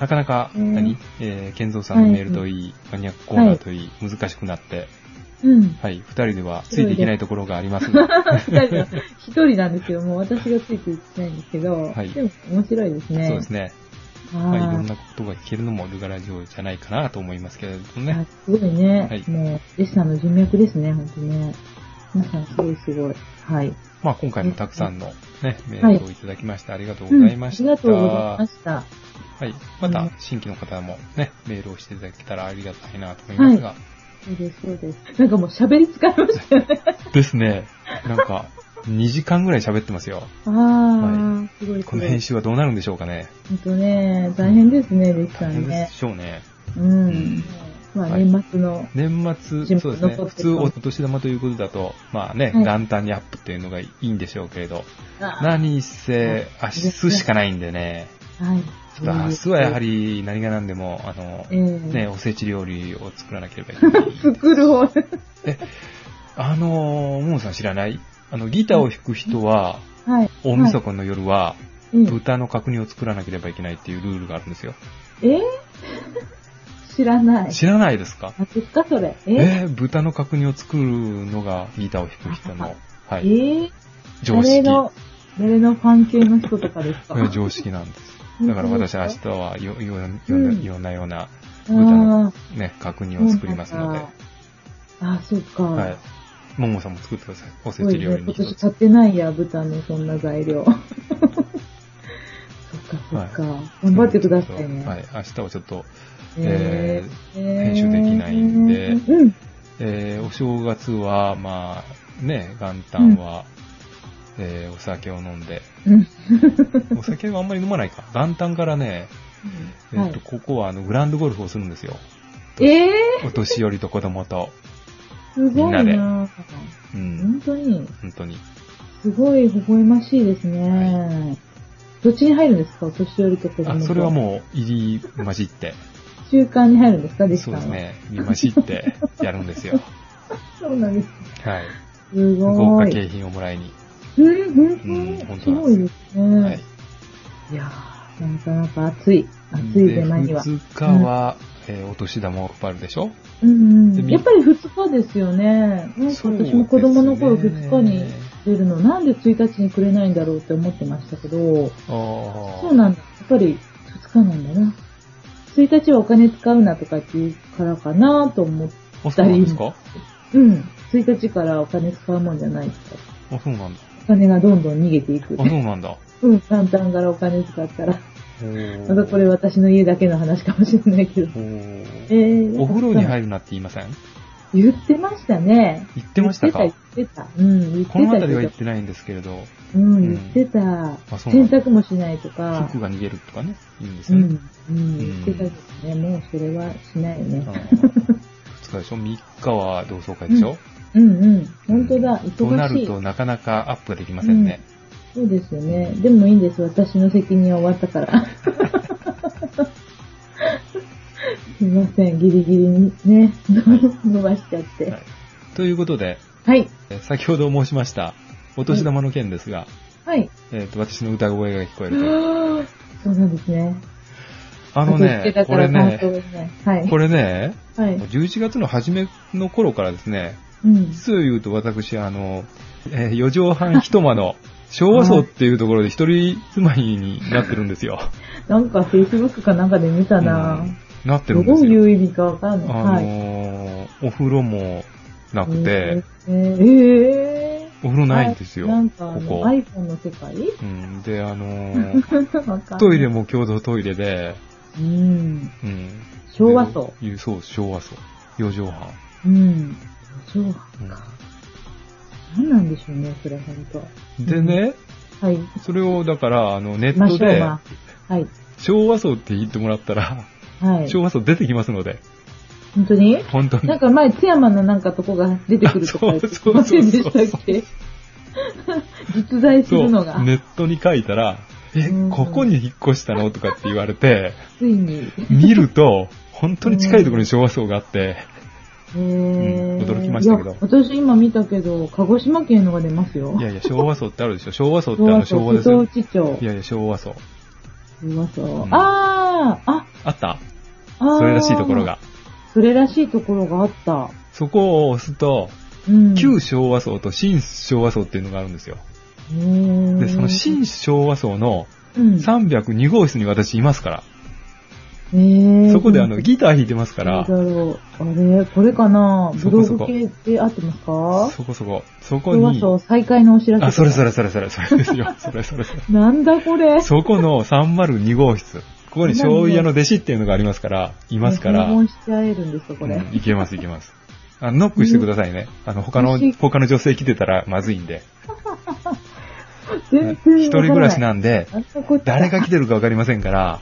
Speaker 1: なかなか、
Speaker 2: うん
Speaker 1: 何えー、健三さんのメールといい、マニアックコーナーといい、難しくなって、
Speaker 2: うん。
Speaker 1: はい、二人ではついていけないところがありますが、
Speaker 2: 二人は一人なんですけど、もう私がついていってないんですけど、
Speaker 1: はい
Speaker 2: でも面白いです ね。
Speaker 1: そうですね。まあ、
Speaker 2: はい
Speaker 1: いろんなことが聞けるのもルガラジオじゃないかなと思いますけれども
Speaker 2: あ
Speaker 1: ね。
Speaker 2: すごいね。
Speaker 1: はい
Speaker 2: もう、ジェシさんの人脈ですね、本当ね。皆さんすごいすごい。はい。
Speaker 1: まあ、今回もたくさんのね、メールをいただきまして、ありがとうございました。
Speaker 2: うんありがとうございました。
Speaker 1: はい。また、新規の方もね、メールをしていただけたらありがたいなと思いますが。
Speaker 2: そうです、そうです。なんかもう喋り疲れましたよね。
Speaker 1: ですね。なんか、2時間ぐらい喋ってますよ。
Speaker 2: あー、すごいす
Speaker 1: こ
Speaker 2: ご
Speaker 1: の編
Speaker 2: い。
Speaker 1: 集はどうなるんでしょうかね。
Speaker 2: 本当ね、大変ですね、ジェシさ
Speaker 1: 大
Speaker 2: ん
Speaker 1: 変で
Speaker 2: ね。
Speaker 1: しょうね。
Speaker 2: うん。
Speaker 1: うん
Speaker 2: まあ、
Speaker 1: はい
Speaker 2: 年末の、
Speaker 1: 年末、
Speaker 2: 自
Speaker 1: そう
Speaker 2: 分
Speaker 1: で
Speaker 2: の
Speaker 1: すね。
Speaker 2: ポケット
Speaker 1: 普通、お年玉ということだと、まあね、
Speaker 2: はい
Speaker 1: 元旦にアップっていうのがいいんでしょうけれど、
Speaker 2: あー
Speaker 1: 何せ、明日しかないんでね。
Speaker 2: はい。
Speaker 1: ちょっと明日はやは、り何が何でも、あの、
Speaker 2: えー、
Speaker 1: ね、おせち料理を作らなければいけない。
Speaker 2: 作る方で
Speaker 1: あのー、ももさん知らないあの、ギターを弾く人は、
Speaker 2: はい。
Speaker 1: 大晦日の夜は、
Speaker 2: うん
Speaker 1: 豚の角煮を作らなければいけないっていうルールがあるんですよ。
Speaker 2: えー 知らない。
Speaker 1: 知らないですか
Speaker 2: あ、そっか、それ。えー
Speaker 1: えー豚の角煮を作るのがギターを弾く人の、は
Speaker 2: え
Speaker 1: い、
Speaker 2: ー
Speaker 1: 常
Speaker 2: 誰
Speaker 1: 識。
Speaker 2: の、誰のファン系の人とかです
Speaker 1: こ
Speaker 2: か
Speaker 1: れは常識なんです。だから私は明日はよ、よ、よ、
Speaker 2: うん
Speaker 1: ようなような、
Speaker 2: 豚の
Speaker 1: ね、角煮を作りますので、
Speaker 2: あ、そっか。
Speaker 1: はい。ももさんも作ってください。おせち料理に
Speaker 2: 今
Speaker 1: 一
Speaker 2: 年
Speaker 1: つ。
Speaker 2: 買ってないや、豚のそんな材料。そ っか、そっか。頑張ってくださいね。
Speaker 1: はい。明日はちょっと、
Speaker 2: えー
Speaker 1: 編集できないんで
Speaker 2: うん。
Speaker 1: えーお正月は、まあ、ね、元旦は、えーお酒を飲ん で、
Speaker 2: うん
Speaker 1: お酒はあんまり飲まないか。元旦からね、え
Speaker 2: は
Speaker 1: ー
Speaker 2: い
Speaker 1: と、ここはあの、グランドゴルフをするんですよ。
Speaker 2: え
Speaker 1: お年寄りと子供と。
Speaker 2: ー、すごい
Speaker 1: みん
Speaker 2: な
Speaker 1: うん。
Speaker 2: 本当に、
Speaker 1: 本当に。
Speaker 2: すごい微笑ましいですね。どっちに入るんですかお年寄りと子供
Speaker 1: あ、
Speaker 2: と。
Speaker 1: それはもう、入り混じって。
Speaker 2: 習慣に入るんですか弟子さ
Speaker 1: そう
Speaker 2: んは
Speaker 1: です。ね。入り混じってやるんですよ。
Speaker 2: そうなんです。
Speaker 1: はい。
Speaker 2: すごい。
Speaker 1: 豪華景品をもらいに。
Speaker 2: うん、
Speaker 1: うん
Speaker 2: 本当
Speaker 1: 本
Speaker 2: す
Speaker 1: 当
Speaker 2: ごいですね。
Speaker 1: はいい。、
Speaker 2: やー、なかなか暑い。暑い
Speaker 1: で、
Speaker 2: 手間には。
Speaker 1: 2日は、えーお年玉を配るでしょ
Speaker 2: うんう
Speaker 1: で
Speaker 2: ん。
Speaker 1: み
Speaker 2: やっぱり2日ですよね。なんか私も子供の頃2日に出るの、なんで1日にくれないんだろうって思ってましたけど、
Speaker 1: あ
Speaker 2: そうなんだ。やっぱり2日なんだな。1日はお金使うなとかっていうからかなと思って、
Speaker 1: あ。あ、そうなんですか
Speaker 2: うん。1日からお金使うもんじゃないとか。
Speaker 1: あ、そうなんだ。
Speaker 2: お金がどんどん逃げていく
Speaker 1: あ、。そう なんだ。
Speaker 2: うん、簡単からお金使ったら。
Speaker 1: おー
Speaker 2: またこれ私の家だけの話かもしれな いけど。
Speaker 1: お
Speaker 2: え
Speaker 1: ー
Speaker 2: ー、
Speaker 1: お風呂に入るなって言いません
Speaker 2: 言ってましたね。
Speaker 1: 言ってましたか
Speaker 2: 言ってた、言ってた。
Speaker 1: こ
Speaker 2: うん、
Speaker 1: の
Speaker 2: 言ってた
Speaker 1: 辺
Speaker 2: け
Speaker 1: り
Speaker 2: ど
Speaker 1: は言ってないんですけれど、
Speaker 2: うん、言ってた。
Speaker 1: そうなん
Speaker 2: 洗
Speaker 1: だ
Speaker 2: 濯もしないとか。
Speaker 1: 服が逃げるとかね、言うんです
Speaker 2: う
Speaker 1: よね。
Speaker 2: ん、うん、言ってたですね。もうそれはしないよね。
Speaker 1: 2日でしょ ?3 日は同窓会でしょ、
Speaker 2: うん、うん。本当だ。
Speaker 1: とな
Speaker 2: 忙し
Speaker 1: る
Speaker 2: い。
Speaker 1: となかなかアップができませんね。
Speaker 2: そうですよね。でもいいんです。私の責任は終わっ たから。すいません。ギリギリにね、伸ばしちゃって。
Speaker 1: はいということで、
Speaker 2: はい。
Speaker 1: えー先ほど申しました、お年玉の件ですが、
Speaker 2: はい。
Speaker 1: えーと私の歌声が聞こえるという。
Speaker 2: そうなんですね。
Speaker 1: あの
Speaker 2: 後付け
Speaker 1: ね
Speaker 2: だ、
Speaker 1: こ
Speaker 2: か
Speaker 1: れ
Speaker 2: ら
Speaker 1: ね、
Speaker 2: 感想がね。はい。
Speaker 1: これね、
Speaker 2: はい。
Speaker 1: 11月の初めの頃からですね、
Speaker 2: うん。
Speaker 1: 実を言うと私、あの、え4畳半一間の昭和層っていうところで一人住まいになってるんですよ。
Speaker 2: なんか Facebook かなんかで見たな、
Speaker 1: うんなって
Speaker 2: ど
Speaker 1: る
Speaker 2: う
Speaker 1: で
Speaker 2: ん
Speaker 1: す
Speaker 2: い
Speaker 1: よ。
Speaker 2: う意味かわかんない。
Speaker 1: あの
Speaker 2: はい。
Speaker 1: ーお風呂もなくて、
Speaker 2: えー、え
Speaker 1: お風呂ないんですよ
Speaker 2: あなんかあの、
Speaker 1: ここ
Speaker 2: iPhone の世界
Speaker 1: うん、で、あの ー
Speaker 2: わかんない
Speaker 1: トイレも共同トイレで、
Speaker 2: うん。
Speaker 1: うん。
Speaker 2: 昭和層。
Speaker 1: で。そう、昭和層。4畳半。
Speaker 2: うん。そうか。
Speaker 1: う
Speaker 2: 何なんでしょうね、それ本当。
Speaker 1: ん、でね、
Speaker 2: はい。
Speaker 1: それをだから、あの、ネッ
Speaker 2: ましょ
Speaker 1: ト
Speaker 2: う
Speaker 1: で、
Speaker 2: まあはい。
Speaker 1: 昭和層って言ってもらったら、
Speaker 2: はい。
Speaker 1: 昭和層出てきますので、
Speaker 2: 本当に
Speaker 1: 本当に
Speaker 2: な。んか前、津山のなんかとこが出てくるとか 言ってませんでしたっけ実在す
Speaker 1: そう、
Speaker 2: る
Speaker 1: ネ
Speaker 2: のが、
Speaker 1: ットに書いたら、え
Speaker 2: う、ん
Speaker 1: ここに引っ越したのとかって言われて、
Speaker 2: ついに。
Speaker 1: 見ると、本当に近いところに昭和層があって、
Speaker 2: へー
Speaker 1: 驚きましたけど
Speaker 2: いや私今見たけど、鹿児島県のが出ますよ。
Speaker 1: いやいや、昭和層ってあるでしょ。昭和層ってあの昭和です
Speaker 2: 瀬戸
Speaker 1: よ。
Speaker 2: 内町。
Speaker 1: いやいや、昭和層。
Speaker 2: うまそう
Speaker 1: うん
Speaker 2: あーあ、
Speaker 1: あった
Speaker 2: あー
Speaker 1: それらしいところ。が。
Speaker 2: それらしいところがあった。
Speaker 1: そこを押すと、
Speaker 2: うん。
Speaker 1: 旧昭和層と新昭和層っていうのがあるんですよ。で、
Speaker 2: で
Speaker 1: その新昭和層の
Speaker 2: うん、
Speaker 1: 302号室に私いますから、
Speaker 2: えー
Speaker 1: そこであの、ギター弾いてますか
Speaker 2: な
Speaker 1: ら
Speaker 2: ん、だろう。あれこれかな
Speaker 1: そこ
Speaker 2: ブロ
Speaker 1: そ
Speaker 2: グ
Speaker 1: こ
Speaker 2: 系で合ってますか
Speaker 1: そこそこ、そこ
Speaker 2: 昭和
Speaker 1: に、
Speaker 2: 層再開のお知らせ。
Speaker 1: あ、それそ
Speaker 2: れ。
Speaker 1: れそれそれ、 それですよ。それそれそれ。
Speaker 2: なんだこれ。
Speaker 1: そこの302号室。ここに醤油屋の弟子っていうのがありますから、いますから、
Speaker 2: 訪問しちゃえるんですか、これ。
Speaker 1: うんいけますいけます。あノックしてくださいね。あの、他の
Speaker 2: 欲しい、
Speaker 1: 他の女性来てたらまずいんで。
Speaker 2: 全
Speaker 1: はい
Speaker 2: 然
Speaker 1: 一人暮らし
Speaker 2: ん
Speaker 1: なんで、
Speaker 2: あんなこっちゃ
Speaker 1: 誰が来てるかわかりませんから、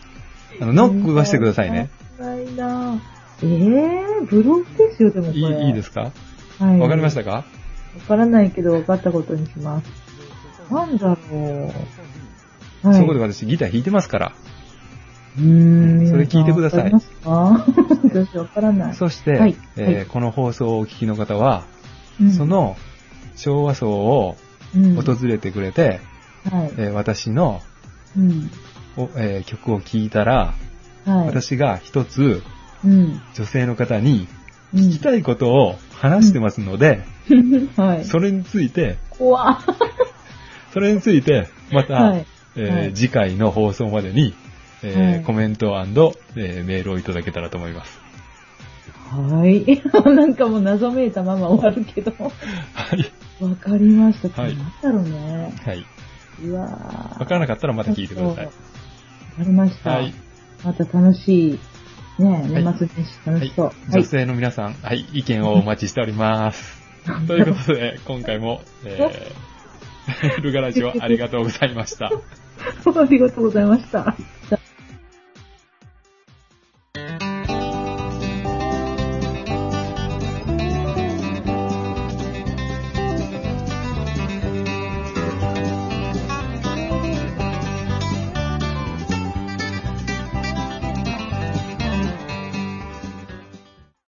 Speaker 1: あの、ノックはしてくださいね。。
Speaker 2: ないなえー、ブログですよ、でもこ
Speaker 1: いい
Speaker 2: れ。。
Speaker 1: いいですすか
Speaker 2: はい。
Speaker 1: わかりまし
Speaker 2: わ
Speaker 1: たか
Speaker 2: からないけど、わかったことにします。なんだろう。
Speaker 1: そこで
Speaker 2: は
Speaker 1: 私ギター弾いてますから。
Speaker 2: うーん。
Speaker 1: それ聞いてください
Speaker 2: わかりますか私わからない。
Speaker 1: そして、
Speaker 2: はい
Speaker 1: え
Speaker 2: は
Speaker 1: ーこの放送をお聞きの方は、
Speaker 2: うん
Speaker 1: そ、の昭和層を
Speaker 2: うん
Speaker 1: 訪れてくれて、
Speaker 2: はい。
Speaker 1: えー私の
Speaker 2: うん。
Speaker 1: お、えー曲を聴いたら、
Speaker 2: はい。、
Speaker 1: 私が一つ
Speaker 2: うん。
Speaker 1: 女性の方に
Speaker 2: うん
Speaker 1: 聞きたいことを話してますので、
Speaker 2: はい。
Speaker 1: それについて、
Speaker 2: 怖っ
Speaker 1: それについて、また、
Speaker 2: はい。
Speaker 1: えー
Speaker 2: はい
Speaker 1: 次回の放送までに、えー
Speaker 2: はい
Speaker 1: コメント、えーメールをいただけたらと思います。
Speaker 2: はい。 なんかもう謎めいたまま終わるけど。
Speaker 1: はい。
Speaker 2: わかりました。
Speaker 1: はい
Speaker 2: なんだろうね。
Speaker 1: はい。
Speaker 2: うわ
Speaker 1: わからなかったらまた聞いてください
Speaker 2: わ。かりました。
Speaker 1: はい。
Speaker 2: また楽しい、ね、年末年始楽
Speaker 1: はい
Speaker 2: しそう。
Speaker 1: 女 性の皆さん、はい、意見をお待ちしております。ということで、今回も、え ー、ルガラジオありがとうございました。
Speaker 2: ありがとうございました。